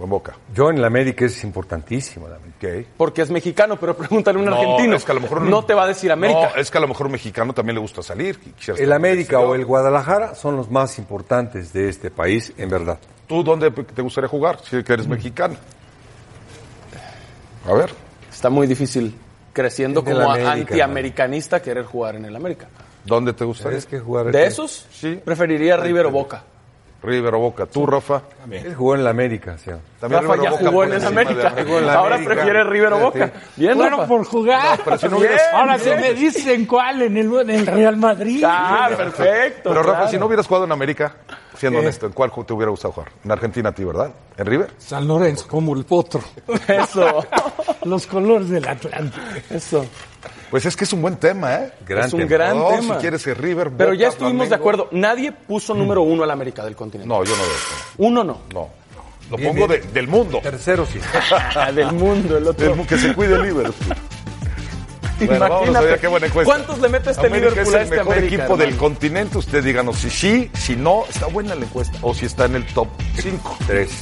Speaker 1: O en Boca.
Speaker 3: Yo en el América es importantísimo. la América.
Speaker 1: Ok.
Speaker 2: Porque es mexicano, pero pregúntale a un
Speaker 1: No,
Speaker 2: argentino.
Speaker 1: es que a lo mejor
Speaker 2: no te va a decir América.
Speaker 1: No, es que a lo mejor un mexicano también le gusta salir. Quisieras
Speaker 3: El
Speaker 1: estar en
Speaker 3: América o
Speaker 1: exterior.
Speaker 3: el Guadalajara son los más importantes de este país, en verdad.
Speaker 1: ¿Tú dónde te gustaría jugar si que eres
Speaker 3: Mm.
Speaker 1: mexicano? A ver.
Speaker 2: Está muy difícil creciendo
Speaker 3: En el
Speaker 2: como
Speaker 3: América,
Speaker 2: antiamericanista querer jugar en el América.
Speaker 1: ¿Dónde te gustaría?
Speaker 3: Tienes que jugar.
Speaker 2: De esos,
Speaker 1: Sí.
Speaker 2: preferiría River o Boca.
Speaker 1: River o Boca. ¿Tú, Rafa?
Speaker 3: Él jugó en el América, sí.
Speaker 1: También
Speaker 2: Rafa
Speaker 1: River o
Speaker 2: ya
Speaker 1: Boca
Speaker 2: jugó
Speaker 1: por
Speaker 2: en esa
Speaker 1: encima de
Speaker 2: América.
Speaker 1: América.
Speaker 2: Ahora
Speaker 3: América.
Speaker 2: prefiere River o Boca. Bien,
Speaker 4: Bueno,
Speaker 2: Rafa.
Speaker 4: por jugar.
Speaker 1: pero si no
Speaker 4: Bien,
Speaker 1: hubieras-
Speaker 4: Ahora si me dicen cuál, en el, en el Real Madrid.
Speaker 2: Ah, perfecto.
Speaker 1: Pero Rafa,
Speaker 2: claro.
Speaker 1: si no hubieras jugado en América, siendo honesto, ¿en cuál ju- te hubiera gustado jugar? En Argentina a ti, ¿verdad? ¿En River?
Speaker 4: San Lorenzo, como el potro.
Speaker 2: Eso.
Speaker 4: Los colores del Atlántico.
Speaker 2: Eso.
Speaker 1: Pues es que es un buen tema, ¿eh?
Speaker 3: Gran
Speaker 2: es un
Speaker 3: tema.
Speaker 2: gran
Speaker 1: No,
Speaker 2: tema.
Speaker 1: si quieres el River,
Speaker 2: Pero
Speaker 1: Boca,
Speaker 2: ya
Speaker 1: Flamengo.
Speaker 2: estuvimos
Speaker 1: Mm.
Speaker 2: de acuerdo. Nadie puso número uno al América del continente.
Speaker 1: No, yo no lo
Speaker 2: Uno no.
Speaker 1: No. Lo pongo de- del mundo.
Speaker 3: Tercero, sí.
Speaker 2: <laughs> del mundo, el otro.
Speaker 1: Del mu- que se cuide el Liverpool. Bueno, vámonos,
Speaker 2: Imagínate.
Speaker 1: oiga, qué buena encuesta.
Speaker 2: ¿Cuántos le mete este
Speaker 1: América es
Speaker 2: Liverpool a
Speaker 1: el
Speaker 2: este
Speaker 1: mejor
Speaker 2: América,
Speaker 1: equipo del
Speaker 2: hermano?
Speaker 1: continente. Usted díganos si sí, si no. Está buena la encuesta. O si está en el top 5. 3.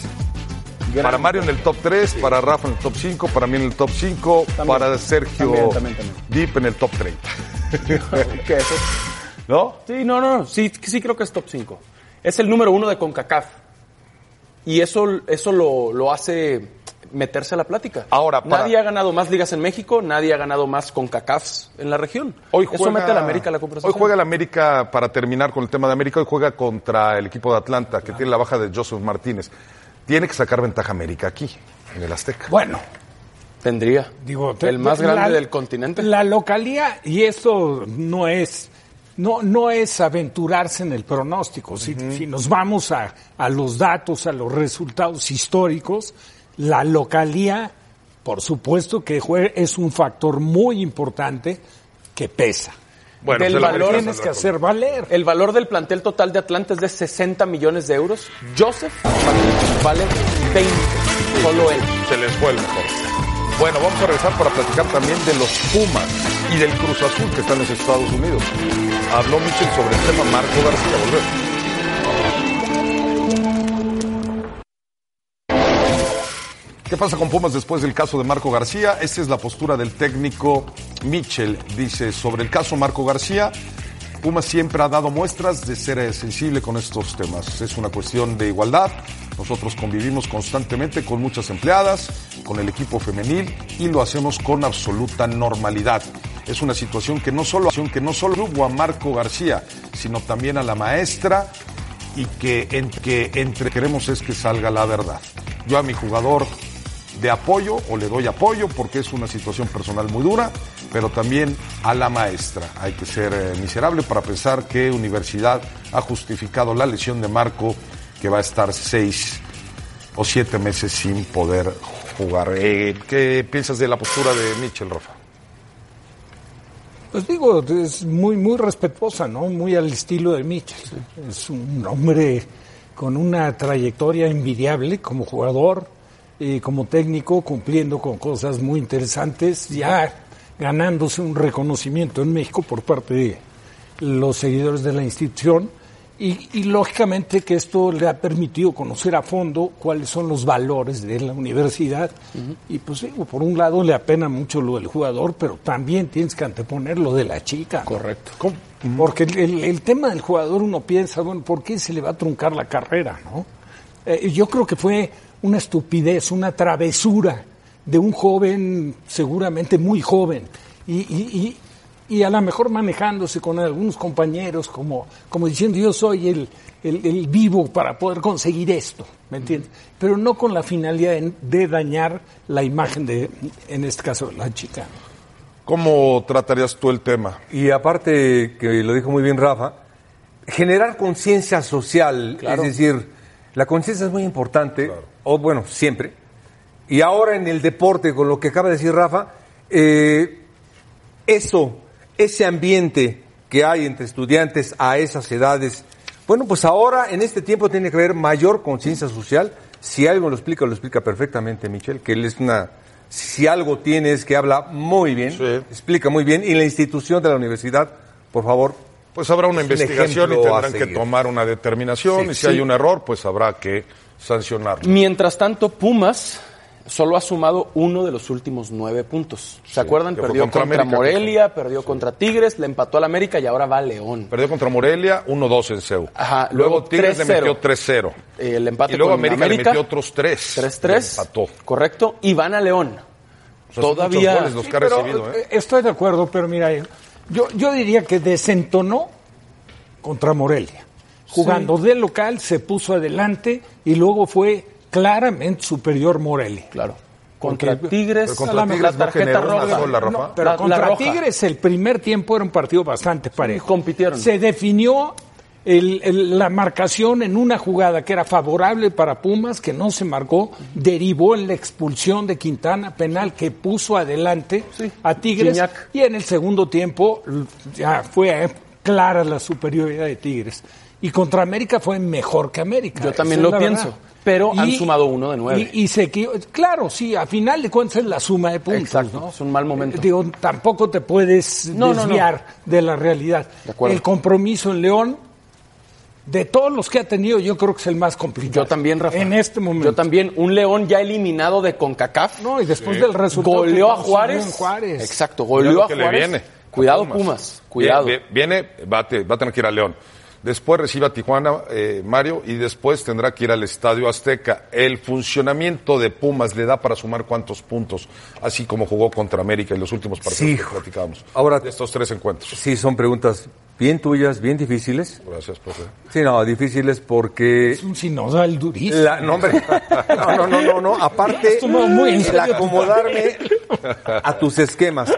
Speaker 1: Para Mario en el top 3, para Rafa en el top 5, para mí en el top 5,
Speaker 2: También.
Speaker 1: para Sergio
Speaker 2: También, también, también.
Speaker 1: Deep en el top 30. <laughs>
Speaker 2: ¿Qué? Eso-
Speaker 1: ¿No?
Speaker 2: Sí, no, no, no. sí, sí creo que es top 5. Es el número uno de CONCACAF. Y eso, eso lo, lo hace meterse a la plática.
Speaker 1: Ahora, para-
Speaker 2: Nadie ha ganado más ligas en México, nadie ha ganado más CONCACAFs en la región. eso mete a la América a la conversación.
Speaker 1: Hoy juega el América, para terminar con el tema de América, hoy juega contra el equipo de Atlanta, que tiene la baja de Joseph Martínez. Tiene que sacar ventaja América aquí, en el Azteca.
Speaker 4: Bueno,
Speaker 2: Tendría.
Speaker 4: Digo, te-
Speaker 2: el más
Speaker 4: la-
Speaker 2: grande del continente.
Speaker 4: La localía, y eso no es, no, no es aventurarse en el pronóstico. Si- si, nos vamos a, a los datos, a los resultados históricos, la localía, por supuesto que jue- es un factor muy importante que pesa.
Speaker 1: Bueno, pues,
Speaker 2: Del
Speaker 1: se la
Speaker 2: valor
Speaker 1: merece.
Speaker 4: Tienes que hacer valer.
Speaker 2: El valor del plantel total de Atlanta es de 60 millones de euros. Joseph Martínez vale 20. Solo él.
Speaker 1: Se les fue el mejor. Bueno, vamos a regresar para platicar también de los Pumas y del Cruz Azul que están en los Estados Unidos. Habló Michel sobre el tema Marco García. Volvemos. ¿Qué pasa con Pumas después del caso de Marco García? Esta es la postura del técnico Mitchell. Dice, sobre el caso Marco García, Pumas siempre ha dado muestras de ser eh, sensible con estos temas. Es una cuestión de igualdad. Nosotros convivimos constantemente con muchas empleadas, con el equipo femenil y lo hacemos con absoluta normalidad. Es una situación que no solo, que no solo hubo a Marco García, sino también a la maestra y que, en- que entre queremos es que salga la verdad. Yo a mi jugador de apoyo o le doy apoyo porque es una situación personal muy dura, pero también a la maestra. Hay que ser eh, miserable para pensar que Universidad ha justificado la lesión de Marco que va a estar seis o siete meses sin poder jugar. Eh, ¿Qué piensas de la postura de Michel Rafa?
Speaker 4: Pues digo, es muy, muy respetuosa, ¿no? Muy al estilo de Mitchell. Es un hombre con una trayectoria envidiable como jugador y como técnico, cumpliendo con cosas muy interesantes, ya ganándose un reconocimiento en México por parte de los seguidores de la institución. Y, y lógicamente que esto le ha permitido conocer a fondo cuáles son los valores de la universidad. Y pues digo, por un lado le apena mucho lo del jugador, pero también tienes que anteponer lo de la chica. ¿no?
Speaker 2: Correcto.
Speaker 4: ¿Cómo? Porque el, el- el tema del jugador uno piensa, bueno, ¿por qué se le va a truncar la carrera? no? Eh, yo creo que fue una estupidez, una travesura de un joven, seguramente muy joven, y, y- y- y a lo mejor manejándose con algunos compañeros como, como diciendo yo soy el, el- el vivo para poder conseguir esto, ¿me entiendes? Pero no con la finalidad de, de dañar la imagen de, en este caso, la chica.
Speaker 1: ¿Cómo tratarías tú el tema?
Speaker 3: Y aparte, que lo dijo muy bien Rafa, generar conciencia social, es decir, la conciencia es muy importante, o bueno, siempre. Y ahora en el deporte, con lo que acaba de decir Rafa, eh, eso, ese ambiente que hay entre estudiantes a esas edades, bueno, pues ahora en este tiempo tiene que haber mayor conciencia social. Si algo lo explica, lo explica perfectamente Michelle, que él es una... Si algo tiene es que habla muy bien,
Speaker 1: Sí.
Speaker 3: explica muy bien. Y la institución de la universidad, por favor,
Speaker 1: Pues habrá una
Speaker 3: Es un
Speaker 1: investigación y
Speaker 3: ejemplo a
Speaker 1: tendrán que
Speaker 3: seguir.
Speaker 1: tomar una determinación
Speaker 3: Sí,
Speaker 1: y si
Speaker 3: sí.
Speaker 1: hay un error, pues habrá que sancionarlo.
Speaker 2: Mientras tanto, Pumas solo ha sumado uno de los últimos nueve puntos. ¿Se acuerdan?
Speaker 1: que fue
Speaker 2: Perdió
Speaker 1: contra
Speaker 2: contra,
Speaker 1: América,
Speaker 2: Morelia, perdió contra Tigres, le empató al América y ahora va a León.
Speaker 1: Perdió contra Morelia 1-2 en CEU.
Speaker 2: Ajá,
Speaker 1: luego,
Speaker 2: luego
Speaker 1: Tigres le
Speaker 2: 3-0.
Speaker 1: metió 3-0.
Speaker 2: El empate
Speaker 1: Y luego
Speaker 2: con
Speaker 1: América, le
Speaker 2: América.
Speaker 1: metió otros 3.
Speaker 2: 3-3.
Speaker 1: Le Empató. O
Speaker 2: Correcto. Y van a León.
Speaker 1: sea, son
Speaker 2: Todavía.
Speaker 1: muchos goles los
Speaker 4: Sí,
Speaker 1: que ha
Speaker 4: pero,
Speaker 1: recibido, ¿eh?
Speaker 4: eh, Estoy de acuerdo, pero mira, eh, yo, yo diría que desentonó contra Morelia. Jugando de local, se puso adelante y luego fue claramente superior Morelia.
Speaker 2: Claro. Contra
Speaker 4: Porque-
Speaker 2: Tigres,
Speaker 1: Pero contra
Speaker 2: la-
Speaker 1: Tigres
Speaker 2: la
Speaker 1: no
Speaker 2: tarjeta
Speaker 1: generó una
Speaker 2: roja.
Speaker 1: sola, Rafa.
Speaker 2: No,
Speaker 4: Pero
Speaker 2: la- la
Speaker 4: contra
Speaker 2: roja.
Speaker 4: Tigres el primer tiempo era un partido bastante parejo.
Speaker 2: compitieron.
Speaker 4: Se definió el- el- la marcación en una jugada que era favorable para Pumas, que no se marcó, derivó en la expulsión de Quintana, penal que puso adelante
Speaker 2: Sí.
Speaker 4: a Tigres.
Speaker 2: Gignac.
Speaker 4: Y en el segundo tiempo l- ya fue eh, clara la superioridad de Tigres. Y contra América fue mejor que América.
Speaker 2: Yo también
Speaker 4: esa es la
Speaker 2: lo
Speaker 4: verdad.
Speaker 2: pienso, pero han sumado uno de nueve.
Speaker 4: Y, y se equivo- claro, sí, a final de cuentas es la suma de puntos.
Speaker 2: Exacto,
Speaker 4: ¿no?
Speaker 2: es un mal momento.
Speaker 4: Eh, Digo, tampoco te puedes
Speaker 2: No, no,
Speaker 4: desviar de la realidad.
Speaker 2: De acuerdo.
Speaker 4: El compromiso en León, de todos los que ha tenido, yo creo que es el más complicado.
Speaker 2: Yo también, Rafa.
Speaker 4: En este momento.
Speaker 2: Yo también. Un León ya eliminado eh, de CONCACAF.
Speaker 4: No, y después del resultado. que
Speaker 2: goleó a
Speaker 4: consiguió
Speaker 2: Juárez.
Speaker 4: en Juárez.
Speaker 2: Exacto,
Speaker 1: Mira
Speaker 2: goleó
Speaker 1: lo
Speaker 2: a
Speaker 1: que
Speaker 2: Juárez.
Speaker 1: le viene.
Speaker 2: Cuidado,
Speaker 1: A
Speaker 2: Pumas. Cuidado.
Speaker 1: Viene, viene, va, a te- va a tener que ir a León. Después recibe a Tijuana, eh, Mario, y después tendrá que ir al Estadio Azteca. El funcionamiento de Pumas le da para sumar cuántos puntos, así como jugó contra América en los últimos partidos
Speaker 3: Sí,
Speaker 1: que
Speaker 3: hijo.
Speaker 1: platicábamos.
Speaker 3: Ahora-
Speaker 1: de estos tres encuentros.
Speaker 3: sí son preguntas bien tuyas, bien difíciles.
Speaker 1: Gracias, profe.
Speaker 3: Sí, no, difíciles porque...
Speaker 4: Es un sinodal durísimo.
Speaker 3: La, no, hombre. No, no, no, no, no. Aparte,
Speaker 4: Has tomado muy en
Speaker 3: el
Speaker 4: serio tu
Speaker 3: acomodarme a tus esquemas.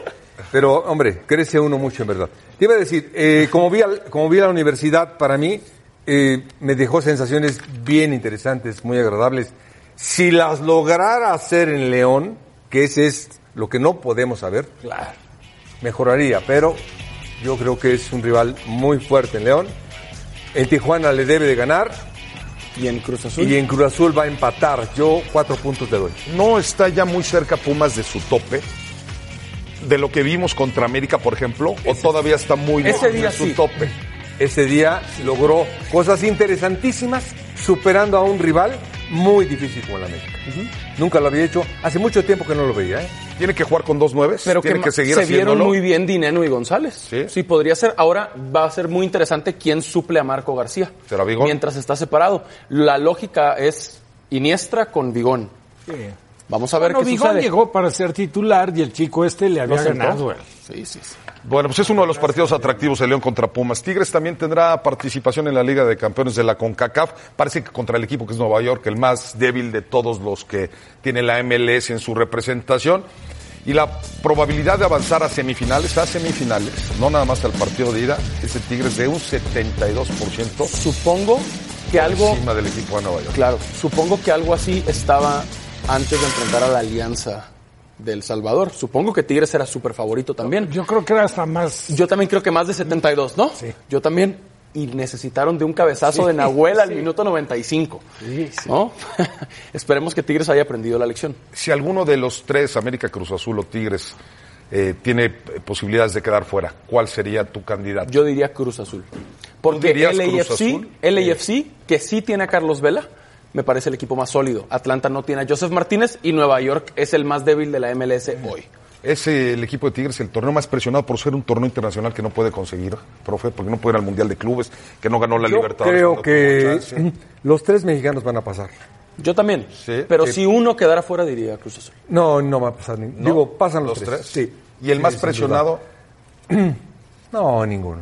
Speaker 3: Pero, hombre, crece uno mucho, en verdad. Te iba a decir, eh, como, vi al- como vi la universidad, para mí eh, me dejó sensaciones bien interesantes, muy agradables. Si las lograra hacer en León, que ese es lo que no podemos saber, mejoraría. Pero yo creo que es un rival muy fuerte en León. En Tijuana le debe de ganar
Speaker 2: Y en Cruz Azul.
Speaker 3: y en Cruz Azul va a empatar. Yo cuatro puntos le doy.
Speaker 1: ¿No está ya muy cerca Pumas de su tope? De lo que vimos contra América, por ejemplo, o todavía está muy
Speaker 2: Ese
Speaker 1: lejos
Speaker 2: día
Speaker 1: de su
Speaker 2: sí.
Speaker 1: tope.
Speaker 3: Ese día logró cosas interesantísimas superando a un rival muy difícil como el América. Nunca lo había hecho. Hace mucho tiempo que no lo veía. ¿eh?
Speaker 1: Tiene que jugar con dos nueves,
Speaker 2: Pero que,
Speaker 1: tiene que,
Speaker 2: ma-
Speaker 1: seguir
Speaker 2: se
Speaker 1: haciéndolo.
Speaker 2: vieron muy bien Dineno y González.
Speaker 1: Sí.
Speaker 2: podría ser. Ahora va a ser muy interesante quién suple a Marco García.
Speaker 1: ¿Será Bigón?
Speaker 2: Mientras está separado. La lógica es Iniestra con Vigón. Vamos a ver
Speaker 4: Bueno,
Speaker 2: qué
Speaker 4: Bigón
Speaker 2: sucede.
Speaker 4: llegó para ser titular y el chico este le
Speaker 2: Lo
Speaker 4: había
Speaker 2: sentó.
Speaker 4: ganado.
Speaker 2: Sí, sí, sí.
Speaker 1: Bueno, pues es uno de los partidos atractivos de León contra Pumas. Tigres también tendrá participación en la Liga de Campeones de la CONCACAF. Parece que contra el equipo que es Nueva York, el más débil de todos los que tiene la MLS en su representación. Y la probabilidad de avanzar a semifinales, a semifinales, no nada más al partido de ida, es de Tigres de un 72%
Speaker 2: Supongo que algo.
Speaker 1: encima del equipo de Nueva York.
Speaker 2: Claro, supongo que algo así estaba antes de enfrentar a la alianza del Salvador. Supongo que Tigres era súper favorito también.
Speaker 4: Yo creo que era hasta más.
Speaker 2: Yo también creo que más de 72, ¿no?
Speaker 4: Sí.
Speaker 2: Yo también. Y necesitaron de un cabezazo de Nahuel al minuto 95. ¿No? <laughs> Esperemos que Tigres haya aprendido la lección.
Speaker 1: si alguno de los tres, América Cruz Azul o Tigres, eh, tiene eh, posibilidades de quedar fuera, ¿cuál sería tu candidato?
Speaker 2: Yo diría Cruz Azul. Porque
Speaker 1: dirías Cruz
Speaker 2: LAFC,
Speaker 1: Azul? eh.
Speaker 2: LAFC, que sí tiene a Carlos Vela, me parece el equipo más sólido. Atlanta no tiene a Joseph Martínez y Nueva York es el más débil de la MLS hoy.
Speaker 1: ¿Es eh, el equipo de Tigres el torneo más presionado por ser un torneo internacional que no puede conseguir, profe? Porque no puede ir al Mundial de Clubes, que no ganó la
Speaker 3: Yo
Speaker 1: Libertadores.
Speaker 3: creo
Speaker 1: cuando tuvo
Speaker 3: que
Speaker 1: chance.
Speaker 3: los tres mexicanos van a pasar.
Speaker 2: Yo también.
Speaker 1: Sí.
Speaker 2: pero
Speaker 1: Sí.
Speaker 2: si uno quedara fuera, diría Cruz Azul.
Speaker 3: No, no va a pasar. ni- Digo, pasan los, tres. Sí.
Speaker 1: Y el
Speaker 3: Sí,
Speaker 1: más
Speaker 3: sin
Speaker 1: presionado, <clears throat>
Speaker 3: duda. No, ninguno.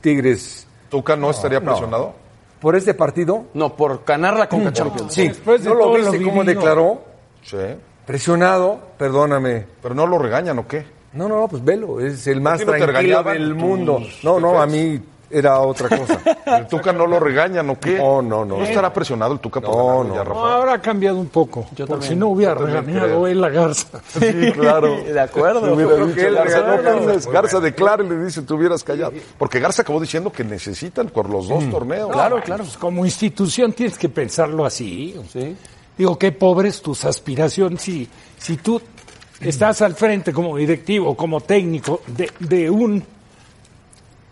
Speaker 3: Tigres.
Speaker 1: Tuca, no, estaría
Speaker 3: no.
Speaker 1: presionado.
Speaker 3: Por este partido.
Speaker 2: No, por ganar
Speaker 3: <clears throat>
Speaker 2: la Conca Champions.
Speaker 3: Sí.
Speaker 4: Después de
Speaker 3: ¿No lo
Speaker 4: todo
Speaker 3: viste
Speaker 4: lo
Speaker 3: cómo
Speaker 4: vivido.
Speaker 3: declaró?
Speaker 1: Sí.
Speaker 3: Presionado, perdóname.
Speaker 1: Pero no lo regañan, ¿o qué?
Speaker 3: No, no, pues velo, es el más
Speaker 1: ti no te
Speaker 3: tranquilo
Speaker 1: regañaban
Speaker 3: del
Speaker 1: tus
Speaker 3: mundo. No, no, a mí era otra cosa.
Speaker 1: <laughs> El Tuca no lo regañan, ¿o qué?
Speaker 3: No, no, no.
Speaker 1: ¿No estará presionado el Tuca por
Speaker 3: No, no.
Speaker 1: ganarlo
Speaker 4: No,
Speaker 1: ya, Rafa?
Speaker 4: ahora ha cambiado un poco. porque si no hubiera
Speaker 1: también
Speaker 4: regañado
Speaker 1: creo.
Speaker 4: él a
Speaker 2: <laughs>
Speaker 4: Garza.
Speaker 1: Sí, claro.
Speaker 4: <laughs>
Speaker 2: De acuerdo.
Speaker 3: Yo creo que él
Speaker 1: Garza,
Speaker 3: regaló
Speaker 1: no,
Speaker 3: Garza.
Speaker 1: Carles, Garza declara y le dice, te hubieras callado. Porque Garza acabó diciendo que necesitan por los dos torneos.
Speaker 4: Mm. Claro, claro. pues como institución tienes que pensarlo así.
Speaker 2: Sí.
Speaker 4: Digo, qué pobres tus aspiraciones. Si, si tú estás al frente como directivo, como técnico de, de un,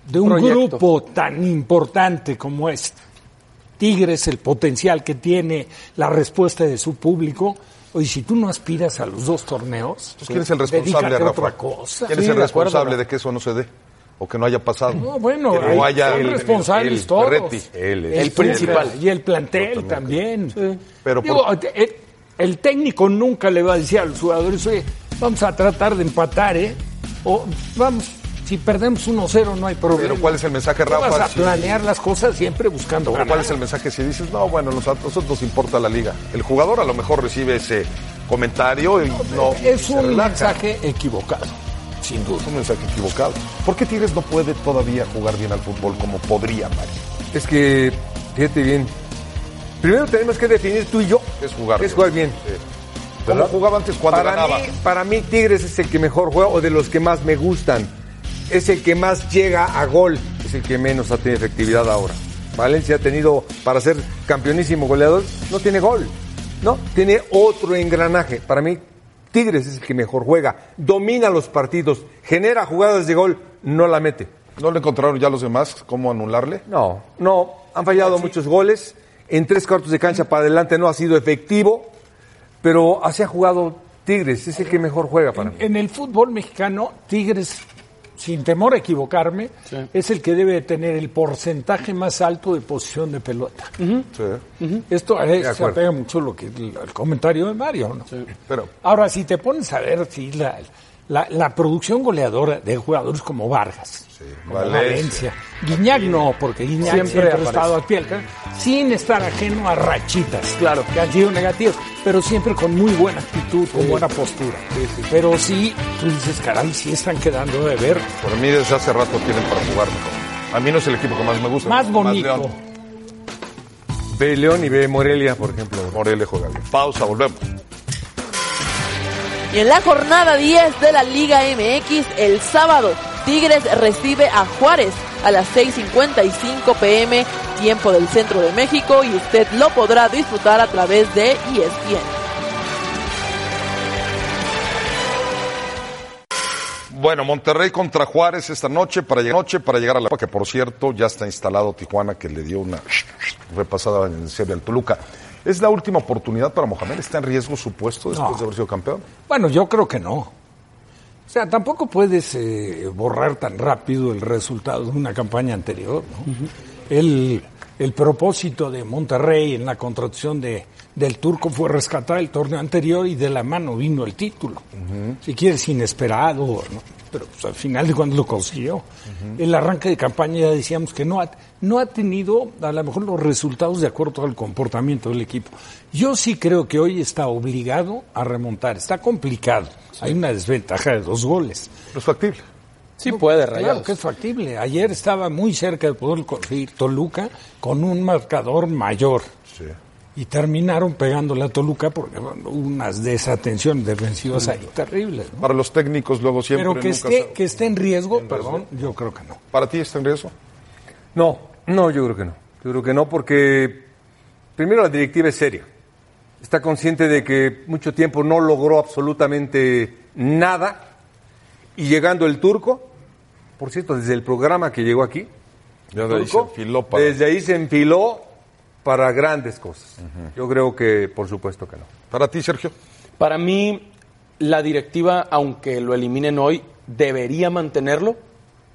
Speaker 4: de un
Speaker 2: Proyecto.
Speaker 4: grupo tan importante como este, Tigres, el potencial que tiene, la respuesta de su público. Oye, si tú no aspiras a los dos torneos,
Speaker 1: Entonces, Pues, ¿quién es el responsable,
Speaker 4: Pues, dedícate a
Speaker 1: Rafa?
Speaker 4: otra cosa.
Speaker 1: ¿Quién es
Speaker 4: Sí,
Speaker 1: el
Speaker 4: de acuerdo,
Speaker 1: responsable
Speaker 4: Rafa.
Speaker 1: de que eso no se dé? O que no haya pasado.
Speaker 4: No, bueno,
Speaker 1: que
Speaker 4: ahí
Speaker 1: no haya
Speaker 4: son
Speaker 1: el-
Speaker 4: responsables
Speaker 1: el
Speaker 4: todos.
Speaker 1: Ferretti. Él es-
Speaker 2: El principal.
Speaker 4: Y el plantel también.
Speaker 1: Pero
Speaker 4: Digo, el, el técnico nunca le va a decir a los jugadores, oye, vamos a tratar de empatar, ¿eh? O vamos, si perdemos 1-0 no hay problema.
Speaker 1: Pero ¿cuál es el mensaje,
Speaker 4: Tú vas
Speaker 1: Rafa?
Speaker 4: a
Speaker 1: si-
Speaker 4: planear las cosas siempre buscando
Speaker 1: pero
Speaker 4: ganar.
Speaker 1: ¿Cuál es el mensaje si dices, no, bueno, nos- a nosotros nos importa la liga? El jugador a lo mejor recibe ese comentario y no.
Speaker 4: es
Speaker 1: se
Speaker 4: un
Speaker 1: relaja.
Speaker 4: mensaje equivocado, sin duda.
Speaker 1: Es un mensaje equivocado. ¿Por qué Tigres no puede todavía jugar bien al fútbol como podría, Mario?
Speaker 3: Es que, fíjate bien. Primero tenemos que definir tú y yo.
Speaker 1: Es jugar
Speaker 3: Es jugar bien.
Speaker 1: ¿Cómo
Speaker 3: ¿Verdad?
Speaker 1: jugaba antes cuando
Speaker 3: para
Speaker 1: ganaba?
Speaker 3: Mí, para mí Tigres es el que mejor juega o de los que más me gustan. Es el que más llega a gol. Es el que menos ha tenido efectividad ahora. Valencia ha tenido, para ser campeonísimo goleador, no tiene gol. No, tiene otro engranaje. Para mí Tigres es el que mejor juega. Domina los partidos. Genera jugadas de gol. No la mete.
Speaker 1: ¿No le encontraron ya los demás cómo anularle?
Speaker 3: No, no, han fallado muchos goles. En tres cuartos de cancha para adelante no ha sido efectivo, pero así ha jugado Tigres, es el que mejor juega para mí.
Speaker 4: En el fútbol mexicano, Tigres, sin temor a equivocarme, es el que debe tener el porcentaje más alto de posición de pelota.
Speaker 1: Sí.
Speaker 4: Esto eh, se
Speaker 3: acuerdo.
Speaker 4: apega mucho lo que el, el comentario de Mario. ¿no?
Speaker 1: Pero
Speaker 4: Ahora, si te pones a ver si la, la- la producción goleadora de jugadores como Vargas, como
Speaker 1: Valencia,
Speaker 4: Valencia, Guiñac no, porque Guiñac siempre,
Speaker 2: Siempre
Speaker 4: ha
Speaker 2: aparece.
Speaker 4: estado al pie del cañón. sin estar ajeno a rachitas.
Speaker 2: Claro.
Speaker 4: Que han sido negativas, pero siempre con muy buena actitud, con buena postura. Pero sí, tú dices, caray, sí están quedando de ver.
Speaker 1: Por mí desde hace rato tienen para jugar mejor. A mí no es el equipo que más me gusta.
Speaker 4: Más bonito.
Speaker 1: León.
Speaker 3: Ve León y ve Morelia, por ejemplo.
Speaker 1: Morelia juega bien. Pausa, volvemos.
Speaker 8: Y en la jornada 10 de la Liga MX, el sábado, Tigres recibe a Juárez a las 6.55 pm, tiempo del centro de México, y usted lo podrá disfrutar a través de E ESPN.
Speaker 1: Bueno, Monterrey contra Juárez esta noche para llegar, noche para llegar a la que por cierto ya está instalado Tijuana que le dio una repasada en serie al Toluca. ¿Es la última oportunidad para Mohamed? ¿Está en riesgo su puesto después
Speaker 4: No.
Speaker 1: de haber sido campeón?
Speaker 4: Bueno, yo creo que no. O sea, tampoco puedes eh, borrar tan rápido el resultado de una campaña anterior. ¿no? el, el propósito de Monterrey en la contratación de, del turco fue rescatar el torneo anterior y de la mano vino el título. Si quieres, inesperado, ¿no? pero pues, al final de cuando lo consiguió. El arranque de campaña ya decíamos que no ha, no ha tenido a lo mejor los resultados de acuerdo al comportamiento del equipo. Yo sí creo que hoy está obligado a remontar. Está complicado. Hay una desventaja de dos goles.
Speaker 1: No es factible.
Speaker 2: Sí puede, Rayados.
Speaker 4: Claro que es factible. Ayer estaba muy cerca de poder conseguir Toluca con un marcador mayor.
Speaker 1: Sí.
Speaker 4: Y terminaron pegándole a Toluca porque bueno, hubo unas desatenciones defensivas ahí terribles. ¿no?
Speaker 1: Para los técnicos luego siempre.
Speaker 4: Pero que
Speaker 1: nunca
Speaker 4: esté,
Speaker 1: se-
Speaker 4: que esté en riesgo, perdón, yo creo que no.
Speaker 1: ¿Para ti está en riesgo?
Speaker 3: No, no, yo creo que no. Yo creo que no porque primero la directiva es seria. Está consciente de que mucho tiempo no logró absolutamente nada y llegando el turco, por cierto, desde el programa que llegó aquí,
Speaker 1: Ya
Speaker 3: Turco,
Speaker 1: de ahí se enfiló para-
Speaker 3: desde ahí se enfiló para grandes cosas. Yo creo que por supuesto que no.
Speaker 1: Para ti, Sergio.
Speaker 2: Para mí, la directiva, aunque lo eliminen hoy, debería mantenerlo,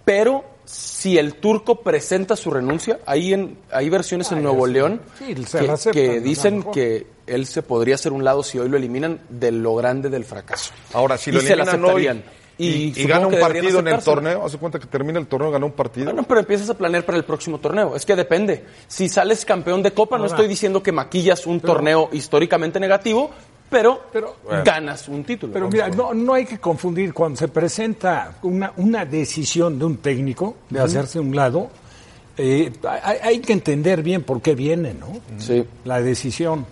Speaker 2: pero si el turco presenta su renuncia, hay, en, hay versiones en Nuevo León
Speaker 4: Sí, se la
Speaker 2: que,
Speaker 4: aceptan,
Speaker 2: que
Speaker 4: a lo
Speaker 2: dicen
Speaker 4: mejor.
Speaker 2: que él se podría hacer un lado si hoy lo eliminan de lo grande del fracaso.
Speaker 1: Ahora, si lo
Speaker 2: Y se la
Speaker 1: eliminan hoy
Speaker 2: aceptarían.
Speaker 1: y,
Speaker 2: Y
Speaker 1: y
Speaker 2: supongo
Speaker 1: gana
Speaker 2: que
Speaker 1: un
Speaker 2: deberían
Speaker 1: partido en el
Speaker 2: aceptárselo.
Speaker 1: torneo, hace cuenta que termina el torneo, gana un partido.
Speaker 2: Bueno, pero empiezas a planear para el próximo torneo. Es que depende. Si sales campeón de Copa, no
Speaker 4: Ahora.
Speaker 2: estoy diciendo que maquillas un torneo históricamente negativo, pero,
Speaker 4: Pero-
Speaker 2: ganas un título.
Speaker 4: Pero mira, no, no hay que confundir cuando se presenta una, una decisión de un técnico de hacerse a un lado, eh, hay, hay que entender bien por qué viene, ¿no?
Speaker 2: Sí.
Speaker 4: la decisión.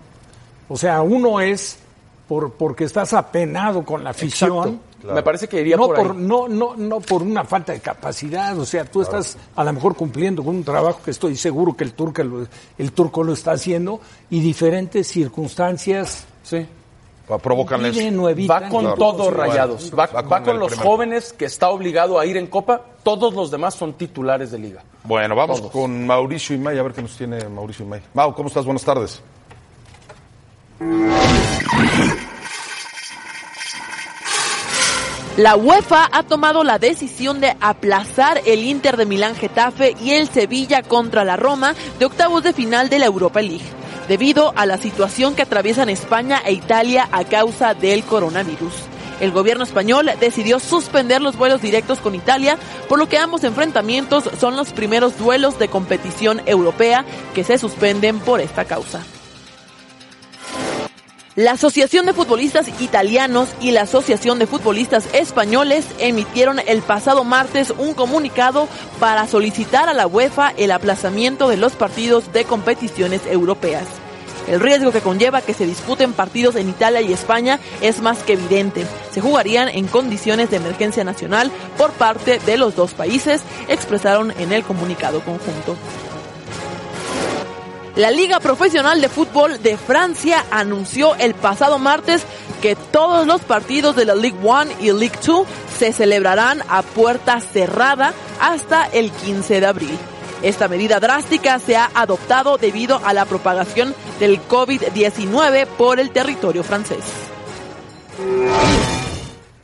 Speaker 4: O sea, uno es por porque estás apenado con la afición.
Speaker 2: Me parece que iría
Speaker 4: no
Speaker 2: por,
Speaker 4: por,
Speaker 2: ahí.
Speaker 4: no no no por una falta de capacidad, o sea, tú estás a lo mejor cumpliendo con un trabajo que estoy seguro que el turco lo, el turco lo está haciendo y diferentes circunstancias
Speaker 2: Sí.
Speaker 1: Pa- provocan eso.
Speaker 4: viven o evitan.
Speaker 2: Va con
Speaker 1: Claro.
Speaker 2: todo
Speaker 1: Bueno,
Speaker 2: rayados. Va,
Speaker 1: va con
Speaker 2: va
Speaker 1: el
Speaker 2: con los
Speaker 1: primer.
Speaker 2: jóvenes que está obligado a ir en Copa. Todos los demás son titulares de liga.
Speaker 1: Bueno, vamos
Speaker 2: Todos.
Speaker 1: con Mauricio Imay, a ver qué nos tiene Mauricio Imay. Mau, ¿cómo estás? Buenas tardes.
Speaker 8: La UEFA ha tomado la decisión de aplazar el Inter de Milán Getafe y el Sevilla contra la Roma de octavos de final de la Europa League, debido a la situación que atraviesan España e Italia a causa del coronavirus. El gobierno español decidió suspender los vuelos directos con Italia, por lo que ambos enfrentamientos son los primeros duelos de competición europea que se suspenden por esta causa. La Asociación de Futbolistas Italianos y la Asociación de Futbolistas Españoles emitieron el pasado martes un comunicado para solicitar a la UEFA el aplazamiento de los partidos de competiciones europeas. El riesgo que conlleva que se disputen partidos en Italia y España es más que evidente. Se jugarían en condiciones de emergencia nacional por parte de los dos países, expresaron en el comunicado conjunto. La Liga Profesional de Fútbol de Francia anunció el pasado martes que todos los partidos de la Ligue 1 y Ligue 2 se celebrarán a puerta cerrada hasta el 15 de abril. Esta medida drástica se ha adoptado debido a la propagación del COVID-19 por el territorio francés.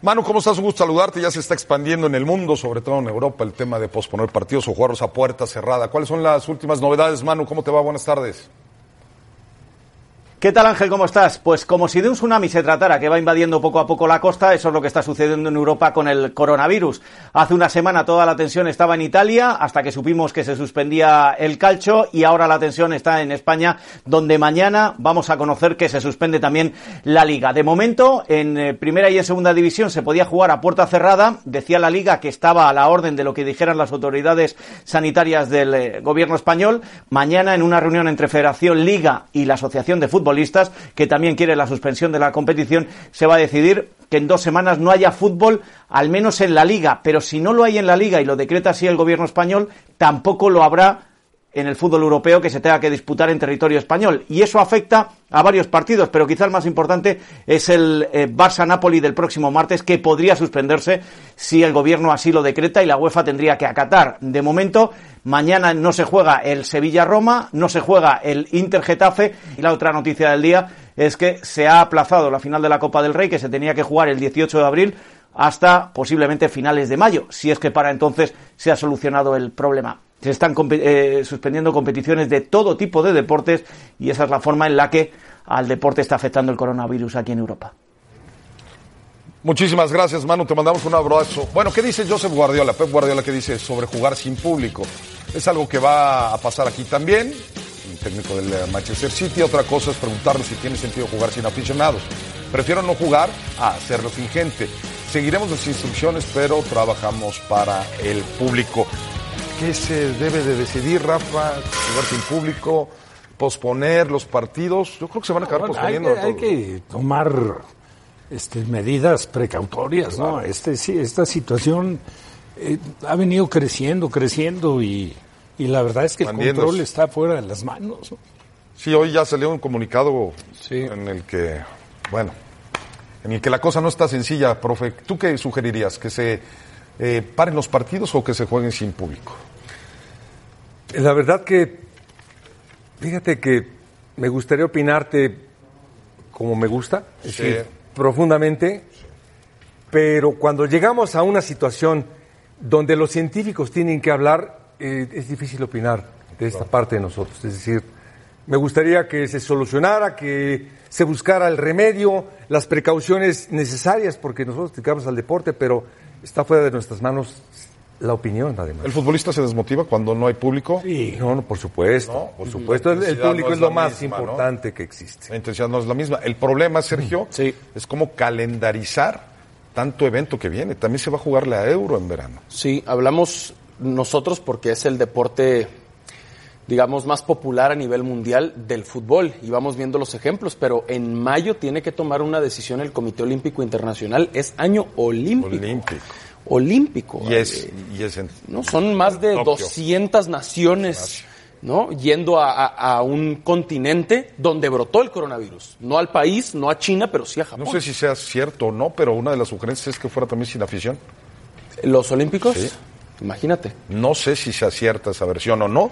Speaker 1: Manu, ¿cómo estás? Un gusto saludarte. Ya se está expandiendo en el mundo, sobre todo en Europa, el tema de posponer partidos o jugarlos a puerta cerrada. ¿Cuáles son las últimas novedades, Manu? ¿Cómo te va? Buenas tardes.
Speaker 9: ¿Qué tal Ángel? ¿Cómo estás? Pues como si de un tsunami se tratara que va invadiendo poco a poco la costa, eso es lo que está sucediendo en Europa con el coronavirus. Hace una semana toda la tensión estaba en Italia hasta que supimos que se suspendía el calcio y ahora la tensión está en España donde mañana vamos a conocer que se suspende también la liga. De momento en eh, primera y en segunda división se podía jugar a puerta cerrada, decía la liga que estaba a la orden de lo que dijeran las autoridades sanitarias del eh, gobierno español. Mañana en una reunión entre Federación Liga y la Asociación de Futbolistas, que también quiere la suspensión de la competición, se va a decidir que en dos semanas no haya fútbol, al menos en la liga. Pero si no lo hay en la liga y lo decreta así el gobierno español, tampoco lo habrá en el fútbol europeo que se tenga que disputar en territorio español. Y eso afecta a varios partidos, pero quizá el más importante es el eh, Barça-Napoli del próximo martes, que podría suspenderse si el gobierno así lo decreta y la UEFA tendría que acatar. De momento, mañana no se juega el Sevilla-Roma, no se juega el Inter-Getafe y la otra noticia del día es que se ha aplazado la final de la Copa del Rey, que se tenía que jugar el 18 de abril, hasta posiblemente finales de mayo, si es que para entonces se ha solucionado el problema. Se están compe- eh, suspendiendo competiciones de todo tipo de deportes y esa es la forma en la que al deporte está afectando el coronavirus aquí en Europa.
Speaker 1: Muchísimas gracias, Manu. Te mandamos un abrazo. Bueno, ¿qué dice Joseph Guardiola? Pep Guardiola, ¿qué dice sobre jugar sin público? Es algo que va a pasar aquí también. El técnico del eh, Manchester City. Otra cosa es preguntarle si tiene sentido jugar sin aficionados. Prefiero no jugar a hacerlo sin gente. Seguiremos las instrucciones, pero trabajamos para el público. ¿Qué se debe de decidir, Rafa? ¿Jugar sin público? ¿Posponer los partidos? Yo creo que se van a acabar
Speaker 4: Ah, Bueno, hay,
Speaker 1: posponiendo.
Speaker 4: que, hay que tomar este, medidas precautorias, ¿no? Este, sí, esta situación eh, ha venido creciendo, creciendo y, y la verdad es que el
Speaker 1: Expandiéndose.
Speaker 4: control está fuera de las manos. ¿no?
Speaker 1: Sí, hoy ya salió un comunicado en el que, bueno, en el que la cosa no está sencilla, profe. ¿Tú qué sugerirías? ¿Que se eh, paren los partidos o que se jueguen sin público?
Speaker 3: La verdad que, fíjate que me gustaría opinarte como me gusta, es
Speaker 1: Sí.
Speaker 3: decir, profundamente, pero cuando llegamos a una situación donde los científicos tienen que hablar, eh, es difícil opinar de esta parte de nosotros. Es decir, me gustaría que se solucionara, que se buscara el remedio, las precauciones necesarias, porque nosotros dedicamos al deporte, pero está fuera de nuestras manos la opinión, además.
Speaker 1: ¿El futbolista se desmotiva cuando no hay público?
Speaker 4: Sí.
Speaker 3: No, no, por supuesto.
Speaker 1: No,
Speaker 3: por
Speaker 1: y
Speaker 3: supuesto,
Speaker 1: la
Speaker 3: el, el
Speaker 1: intensidad
Speaker 3: público
Speaker 1: no
Speaker 3: es
Speaker 1: es
Speaker 3: lo
Speaker 1: la
Speaker 3: más
Speaker 1: misma, ¿no?
Speaker 3: importante que existe.
Speaker 1: La intensidad no es la misma. El problema, Sergio,
Speaker 2: Sí.
Speaker 1: es cómo calendarizar tanto evento que viene. También se va a jugar la Euro en verano.
Speaker 2: Sí, hablamos nosotros porque es el deporte, digamos, más popular a nivel mundial del fútbol y vamos viendo los ejemplos, pero en mayo tiene que tomar una decisión el Comité Olímpico Internacional, es año olímpico.
Speaker 1: Olímpico.
Speaker 2: Olímpico.
Speaker 1: Y es,
Speaker 2: Eh,
Speaker 1: y es en-
Speaker 2: ¿no? Son más de
Speaker 1: Tokio.
Speaker 2: 200 naciones, ¿no? Yendo a, a- a un continente donde brotó el coronavirus. No al país, no a China, pero sí a Japón.
Speaker 1: No sé si sea cierto o no, pero una de las sugerencias es que fuera también sin afición.
Speaker 2: Los Olímpicos, imagínate.
Speaker 1: No sé si se acierta esa versión o no,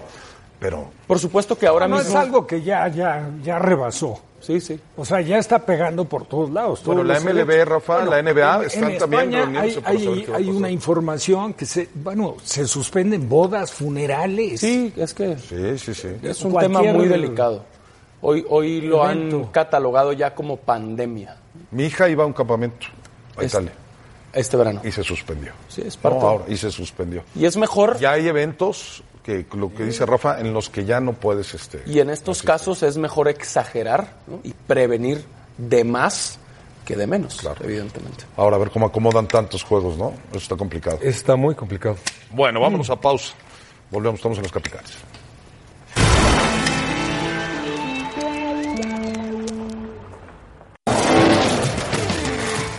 Speaker 1: pero
Speaker 2: Por supuesto que ahora
Speaker 4: No
Speaker 2: mismo.
Speaker 4: es algo que ya, ya, ya rebasó.
Speaker 2: Sí, sí.
Speaker 4: O sea, ya está pegando por todos lados.
Speaker 1: Bueno,
Speaker 4: todos
Speaker 1: la
Speaker 4: los
Speaker 1: MLB,
Speaker 4: eventos.
Speaker 1: Rafa, la NBA están también
Speaker 4: España
Speaker 1: reuniéndose
Speaker 4: hay,
Speaker 1: para
Speaker 4: hay-
Speaker 1: saber qué va a
Speaker 4: hay
Speaker 1: pasar.
Speaker 4: una información que se, bueno, se suspenden bodas, funerales.
Speaker 2: Sí, es que
Speaker 1: sí, sí, sí.
Speaker 2: es un
Speaker 4: Cualquier-
Speaker 2: tema muy delicado. Hoy, hoy lo han
Speaker 4: Evento.
Speaker 2: catalogado ya como pandemia
Speaker 1: Mi hija iba a un campamento a
Speaker 2: Es-
Speaker 1: Italia
Speaker 2: este verano.
Speaker 1: y se suspendió.
Speaker 2: Sí, es parte
Speaker 1: No,
Speaker 2: de-
Speaker 1: ahora, y se suspendió.
Speaker 2: Y es mejor,
Speaker 1: Ya hay eventos que lo que dice Rafa en los que ya no puedes este
Speaker 2: y en estos casos es mejor exagerar ¿no? y prevenir de más que de menos, evidentemente.
Speaker 1: Ahora a ver cómo acomodan tantos juegos, ¿no? Eso está complicado.
Speaker 3: Está muy complicado.
Speaker 1: Bueno,
Speaker 3: Mm.
Speaker 1: vámonos a pausa. Volvemos, estamos en los capitales.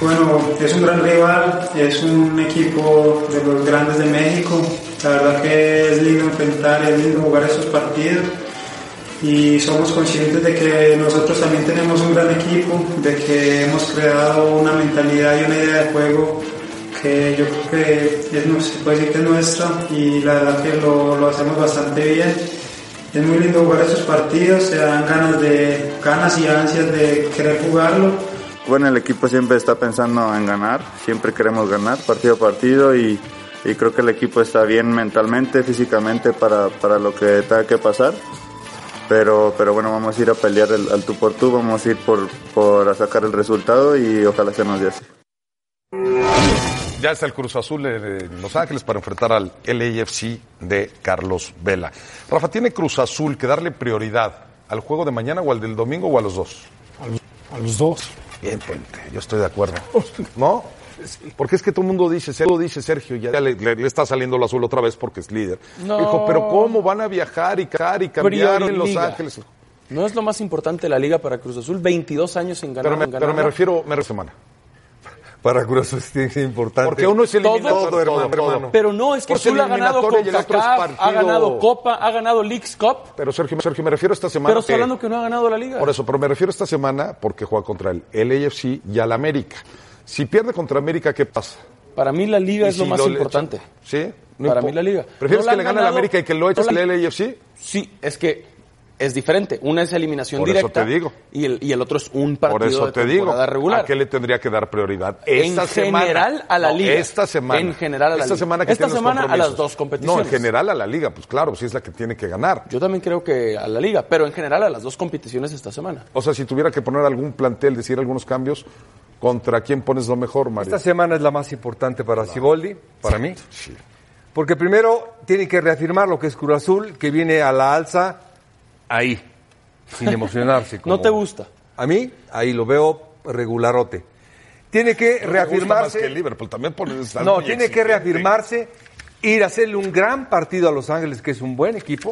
Speaker 10: Bueno, es un gran rival, es un equipo de los grandes de México. La verdad que es lindo enfrentar, es lindo jugar esos partidos. Y somos conscientes de que nosotros también tenemos un gran equipo, de que hemos creado una mentalidad y una idea de juego que yo creo que es, no, se puede decir que es nuestra y la verdad que lo, lo hacemos bastante bien. Es muy lindo jugar esos partidos, se dan ganas, de, ganas y ansias de querer jugarlo.
Speaker 11: Bueno, el equipo siempre está pensando en ganar, siempre queremos ganar partido a partido y, y creo que el equipo está bien mentalmente, físicamente para, para lo que tenga que pasar. Pero, pero bueno, vamos a ir a pelear el- al tú por tú, vamos a ir por, por a sacar el resultado y ojalá se nos dé así.
Speaker 1: Ya está el Cruz Azul en Los Ángeles para enfrentar al LAFC de Carlos Vela. Rafa, ¿tiene Cruz Azul que darle prioridad al juego de mañana o al del domingo o a los dos?
Speaker 4: A los dos.
Speaker 1: Bien,
Speaker 2: pues.
Speaker 1: Puente,
Speaker 12: Eh,
Speaker 1: yo estoy de acuerdo. ¿No? Porque es que todo el mundo dice, Sergio, dice Sergio, ya le, le- le está saliendo el azul otra vez porque es líder.
Speaker 2: No.
Speaker 1: Dijo, pero ¿cómo van a viajar y caer y cambiar en Los
Speaker 2: Prioriliga.
Speaker 1: Ángeles?
Speaker 2: No es lo más importante de la liga para Cruz Azul, 22 años sin ganar.
Speaker 1: Pero me,
Speaker 2: en
Speaker 1: pero me
Speaker 2: ganarla.
Speaker 1: refiero, me refiero a semana.
Speaker 12: Para Cruz Azul sí es importante.
Speaker 1: Porque uno es eliminatoria,
Speaker 12: todo,
Speaker 1: todo,
Speaker 12: hermano,
Speaker 1: todo.
Speaker 12: hermano.
Speaker 2: Pero no, es que
Speaker 1: Por ser
Speaker 2: Azul ha ganado
Speaker 1: eliminatoria y el otro es
Speaker 2: CONCACAF, ha
Speaker 1: partido.
Speaker 2: ganado Copa, ha ganado Leagues Cup,
Speaker 1: Pero Sergio, Sergio, me refiero a esta semana.
Speaker 2: pero está
Speaker 1: que-
Speaker 2: hablando que no ha ganado la liga.
Speaker 1: Por eso, pero me refiero a esta semana porque juega contra el LAFC y al América. Si pierde contra América, ¿qué pasa?
Speaker 2: Para mí la liga
Speaker 1: Y
Speaker 2: es lo
Speaker 1: si
Speaker 2: más
Speaker 1: lo le-
Speaker 2: importante.
Speaker 1: ¿Sí?
Speaker 2: Para
Speaker 1: impo-
Speaker 2: mí la liga.
Speaker 1: ¿Prefieres que
Speaker 2: No la han
Speaker 1: le gane al
Speaker 2: ganado-
Speaker 1: América y que lo eches
Speaker 2: no la-
Speaker 1: al LAFC?
Speaker 2: Sí, es que es diferente. Una es eliminación
Speaker 1: Por eso
Speaker 2: directa.
Speaker 1: te digo.
Speaker 2: Y el, y el otro es un partido
Speaker 1: Por eso
Speaker 2: de
Speaker 1: te digo,
Speaker 2: temporada regular.
Speaker 1: ¿a qué le tendría que dar prioridad?
Speaker 2: En
Speaker 1: Esta semana.
Speaker 2: general a la
Speaker 1: No,
Speaker 2: liga.
Speaker 1: Esta semana.
Speaker 2: En general a la
Speaker 1: esta
Speaker 2: liga.
Speaker 1: Semana que
Speaker 2: Esta
Speaker 1: tiene los
Speaker 2: semana a
Speaker 1: compromisos.
Speaker 2: las dos competiciones.
Speaker 1: No, en general a la liga, pues claro, si es la que tiene que ganar.
Speaker 2: Yo también creo que a la liga, pero en general a las dos competiciones esta semana.
Speaker 1: O sea, si tuviera que poner algún plantel, decir algunos cambios, ¿contra quién pones lo mejor, Mario?
Speaker 3: Esta semana es la más importante para Ciboldi, para mí. Porque primero tiene que reafirmar lo que es Cruz Azul, que viene a la alza ahí, sin emocionarse.
Speaker 2: <laughs> No te gusta.
Speaker 3: A mí, ahí lo veo regularote. Tiene que
Speaker 1: No te gusta más
Speaker 3: reafirmarse.
Speaker 1: que el Liverpool, también pones algo
Speaker 3: No,
Speaker 1: muy
Speaker 3: tiene que
Speaker 1: exigente.
Speaker 3: reafirmarse, ir a hacerle un gran partido a Los Ángeles, que es un buen equipo.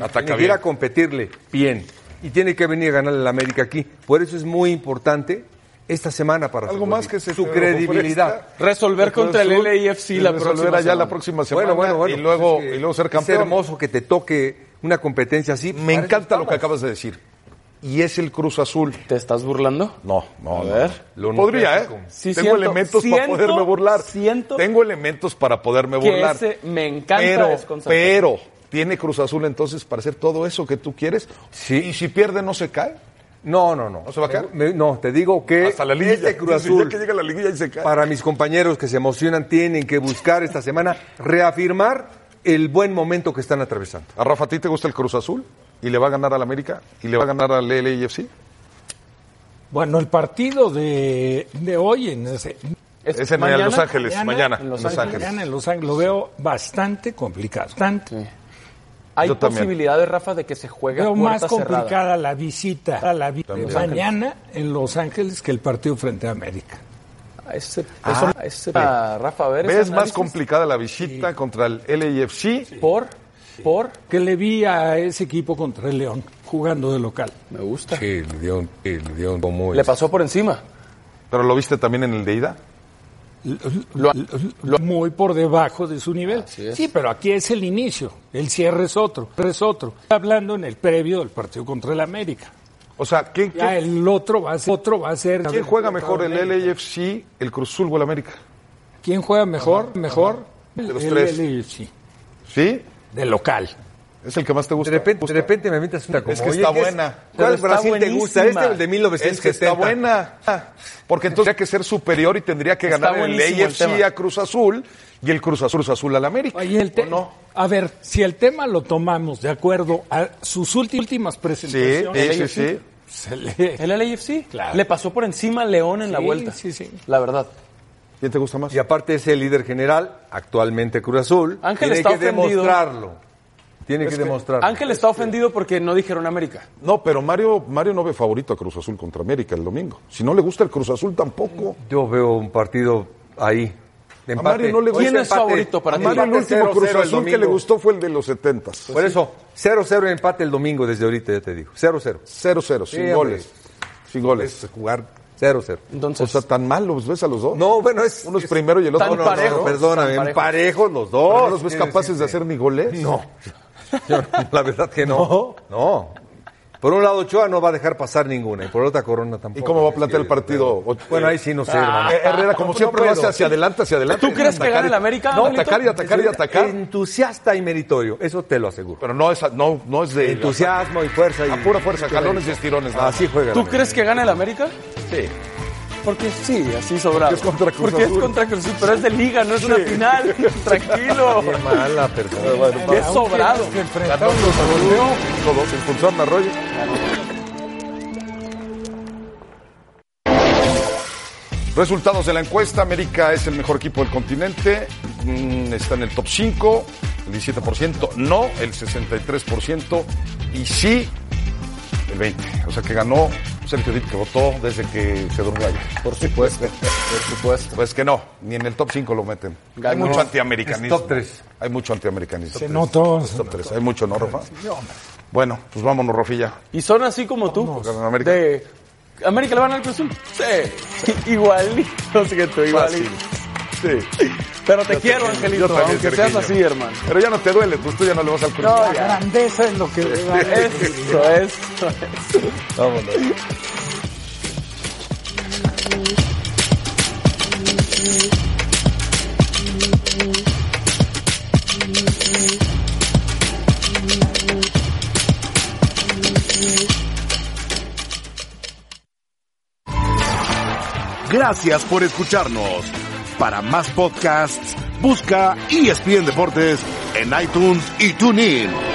Speaker 1: Ataca
Speaker 3: tiene que
Speaker 1: bien.
Speaker 3: ir a competirle bien. Y tiene que venir a ganar el América aquí. Por eso es muy importante esta semana para
Speaker 1: Algo
Speaker 3: Fútbol
Speaker 1: más
Speaker 3: League.
Speaker 1: que se
Speaker 3: su
Speaker 1: te
Speaker 3: credibilidad.
Speaker 1: ofrezca.
Speaker 2: Resolver contra el
Speaker 1: Cruz Azul,
Speaker 2: LAFC
Speaker 1: y
Speaker 2: la
Speaker 1: resolver
Speaker 2: próxima
Speaker 1: allá
Speaker 2: semana.
Speaker 1: la próxima semana y luego
Speaker 3: pues es que
Speaker 1: y luego ser
Speaker 3: Es
Speaker 1: campeón.
Speaker 3: hermoso que te toque una competencia así.
Speaker 1: Me
Speaker 3: Para
Speaker 1: encanta
Speaker 3: eso
Speaker 1: lo que
Speaker 3: estamos.
Speaker 1: acabas de decir. Y es el Cruz Azul.
Speaker 2: ¿Te estás burlando?
Speaker 1: No, no.
Speaker 2: A
Speaker 1: no.
Speaker 2: ver.
Speaker 1: Lo Podría, ¿eh?
Speaker 2: Sí,
Speaker 1: Tengo
Speaker 2: siento,
Speaker 1: elementos para
Speaker 2: siento,
Speaker 1: poderme burlar.
Speaker 2: siento
Speaker 1: Tengo elementos para poderme
Speaker 2: que
Speaker 1: burlar.
Speaker 2: ese me encanta
Speaker 1: pero,
Speaker 2: desconcentrar.
Speaker 1: pero, ¿tiene Cruz Azul entonces para hacer todo eso que tú quieres?
Speaker 3: Sí.
Speaker 1: ¿Y si pierde no se cae?
Speaker 3: No, no, no.
Speaker 1: ¿No se va a caer?
Speaker 3: Me- no, te digo que
Speaker 1: Hasta la liguilla. <laughs>
Speaker 3: este Cruz
Speaker 1: Desde ya
Speaker 3: Azul,
Speaker 1: que llega la liguilla y se cae.
Speaker 3: para mis compañeros que se emocionan, tienen que buscar esta semana reafirmar el buen momento que están atravesando.
Speaker 1: A Rafa, ¿a ti te gusta el Cruz Azul? ¿Y le va a ganar al América? ¿Y le va a ganar al E LAFC?
Speaker 4: Bueno, el partido de, de hoy en ese-
Speaker 2: Es,
Speaker 1: Es en
Speaker 2: mañana.
Speaker 1: Los Ángeles, mañana.
Speaker 4: en Los Ángeles. Mañana en Los Ángeles lo veo bastante complicado. Bastante.
Speaker 2: Hay
Speaker 1: Yo también.
Speaker 2: posibilidades, Rafa, de que se juegue a
Speaker 4: Veo
Speaker 2: puerta
Speaker 4: más
Speaker 2: cerrada.
Speaker 4: complicada la visita a la vi- mañana en Los Ángeles que el partido frente a América. Ah.
Speaker 2: A Ah, ese, eso- a ese- a Rafa, a ver. ese
Speaker 1: Ah, ¿Ves más
Speaker 2: análisis
Speaker 1: complicada la visita contra el E LAFC?
Speaker 2: Por, por,
Speaker 4: Que le vi a ese equipo contra el León jugando de local.
Speaker 2: me gusta.
Speaker 12: Sí, le dio, un- sí, le dio un como
Speaker 2: Le pasó por encima.
Speaker 1: ¿Pero lo viste también en el de ida?
Speaker 2: Lo-
Speaker 4: muy por debajo de su nivel.
Speaker 2: es.
Speaker 4: Sí, pero aquí es el inicio. El cierre es otro, es otro. Está hablando en el previo del partido contra el América.
Speaker 1: O sea, ¿quién,
Speaker 4: Ya
Speaker 1: quién-
Speaker 4: el otro va a ser, otro va a ser.
Speaker 1: quién juega mejor, el LAFC, el Cruz Azul o el América?
Speaker 4: ¿Quién juega mejor? mejor.
Speaker 1: De los
Speaker 4: El-
Speaker 1: tres.
Speaker 4: el- sí,
Speaker 1: ¿Sí,
Speaker 4: de local.
Speaker 1: es el que más te
Speaker 3: De
Speaker 1: gusta.
Speaker 3: repente, de repente me metes una como,
Speaker 1: Es que
Speaker 3: "Oye,
Speaker 1: está
Speaker 3: ¿qué es-
Speaker 1: buena.
Speaker 3: ¿Cuál
Speaker 2: Pero
Speaker 3: Brasil
Speaker 2: está
Speaker 3: te gusta? Este
Speaker 2: buenísima.
Speaker 3: es el de 1970.
Speaker 1: Es que está buena. Porque entonces tendría que ser superior y tendría que
Speaker 2: Está
Speaker 1: ganar el
Speaker 2: buenísimo el
Speaker 1: AFC
Speaker 2: tema.
Speaker 1: a Cruz Azul y el Cruz Azul, Cruz Azul al América.
Speaker 4: Oye, el te-
Speaker 1: ¿O no?
Speaker 4: A ver, si el tema lo tomamos de acuerdo a sus ulti- últimas
Speaker 1: Sí,
Speaker 4: presentaciones.
Speaker 1: sí, sí, sí.
Speaker 4: se le-
Speaker 2: El LAFC
Speaker 4: Claro.
Speaker 2: le pasó por encima a León en la
Speaker 4: Sí,
Speaker 2: vuelta.
Speaker 4: sí, sí.
Speaker 2: La verdad.
Speaker 1: ¿Quién te gusta más?
Speaker 3: Y aparte es el líder general, actualmente Cruz Azul.
Speaker 2: Ángel
Speaker 3: Tiene
Speaker 2: está
Speaker 3: que
Speaker 2: ofendido.
Speaker 3: demostrarlo. Tiene que demostrarlo.
Speaker 2: Ángel está ofendido porque no dijeron América.
Speaker 1: No, pero Mario, Mario no ve favorito a Cruz Azul contra América el domingo. Si no le gusta el Cruz Azul tampoco.
Speaker 3: Yo veo un partido ahí. De
Speaker 1: A
Speaker 3: empate.
Speaker 1: Mario no le
Speaker 3: Hoy
Speaker 1: gusta.
Speaker 2: ¿Quién es favorito para
Speaker 1: A
Speaker 2: ti?
Speaker 1: Mario el
Speaker 3: Empate
Speaker 1: último
Speaker 3: 0-0
Speaker 1: Cruz
Speaker 3: el
Speaker 1: Azul que
Speaker 3: domingo.
Speaker 1: le gustó fue el de los setentas.
Speaker 3: Por eso, 0-0 empate el domingo desde ahorita, ya te digo. 0-0.
Speaker 1: 0-0, sin
Speaker 3: Sí, hombre.
Speaker 1: goles. Sin goles.
Speaker 3: Es jugar 0-0.
Speaker 1: O
Speaker 2: Entonces,
Speaker 1: sea, tan mal los ves a los dos.
Speaker 3: No, bueno, es...
Speaker 1: Uno es primero y el otro
Speaker 2: Tan
Speaker 1: no, no,
Speaker 2: parejo.
Speaker 1: no,
Speaker 3: perdóname,
Speaker 2: Están
Speaker 3: en parejos los dos.
Speaker 1: ¿No los ves capaces de hacer ni goles?
Speaker 3: No. Yo, la verdad que no. No. Por un lado, Ochoa no va a dejar pasar ninguna. Y por otra, Corona tampoco.
Speaker 1: ¿Y cómo va a plantear el partido?
Speaker 3: Bueno, ahí sí no sé, hermano.
Speaker 1: Eh, Herrera, como
Speaker 3: No
Speaker 1: siempre, lo
Speaker 3: puedo.
Speaker 1: hace hacia adelante, hacia adelante.
Speaker 2: Ah. ¿Tú crees que
Speaker 1: Atacar
Speaker 2: gana
Speaker 1: y-
Speaker 2: el América,
Speaker 1: No,
Speaker 2: Pablito?
Speaker 1: atacar y atacar y atacar.
Speaker 3: Entusiasta y meritorio, eso te lo aseguro.
Speaker 1: Pero no es, no, no es de...
Speaker 3: Entusiasmo y fuerza. Y
Speaker 1: A pura fuerza, jalones y estirones. nada más.
Speaker 3: Así juega.
Speaker 2: ¿tú
Speaker 3: la
Speaker 2: crees que gana el América?
Speaker 1: Sí.
Speaker 2: Porque sí, así sobrado.
Speaker 12: Porque es contra Cruz
Speaker 2: Porque es
Speaker 12: Azul.
Speaker 2: contra Cruz Azul, pero es de liga, no es una
Speaker 12: Sí. <laughs>
Speaker 2: final. Tranquilo.
Speaker 12: Qué mala persona.
Speaker 2: Qué sobrado.
Speaker 1: Ganó Cruz Azul, todos expulsaron a Roger. Resultados de la encuesta, América es el mejor equipo del continente, mm, está en el top 5, el 17%, no, el 63% y sí, el 20%. O sea que ganó Sergio Dip que votó desde que se durmió ayer. Por supuesto, por supuesto. Pues que no, ni en el top 5 lo meten. Hay
Speaker 4: Ganó.
Speaker 1: mucho antiamericanismo.
Speaker 4: Es top 3.
Speaker 1: Hay mucho antiamericanismo.
Speaker 4: Se notó.
Speaker 1: Es top 3, hay mucho, ¿no, Rafa? Bueno, pues vámonos, Rofilla.
Speaker 2: Y son así como tú.
Speaker 1: América.
Speaker 2: De América le van al Cruz Azul. Sí. <laughs> Igualito que tú, igualito.
Speaker 1: Sí.
Speaker 2: Pero te quiero,
Speaker 1: Yo
Speaker 2: Angelito,
Speaker 1: también,
Speaker 2: aunque seas
Speaker 1: Sergillo.
Speaker 2: así, hermano.
Speaker 1: Pero ya no te duele, pues tú ya no le vas al Cruz.
Speaker 2: No,
Speaker 4: La
Speaker 2: ya.
Speaker 4: grandeza es lo que...
Speaker 1: <laughs>
Speaker 2: Eso, eso, eso.
Speaker 1: Vámonos.
Speaker 13: Gracias por escucharnos. Para más podcasts, busca ESPN Deportes en iTunes y TuneIn.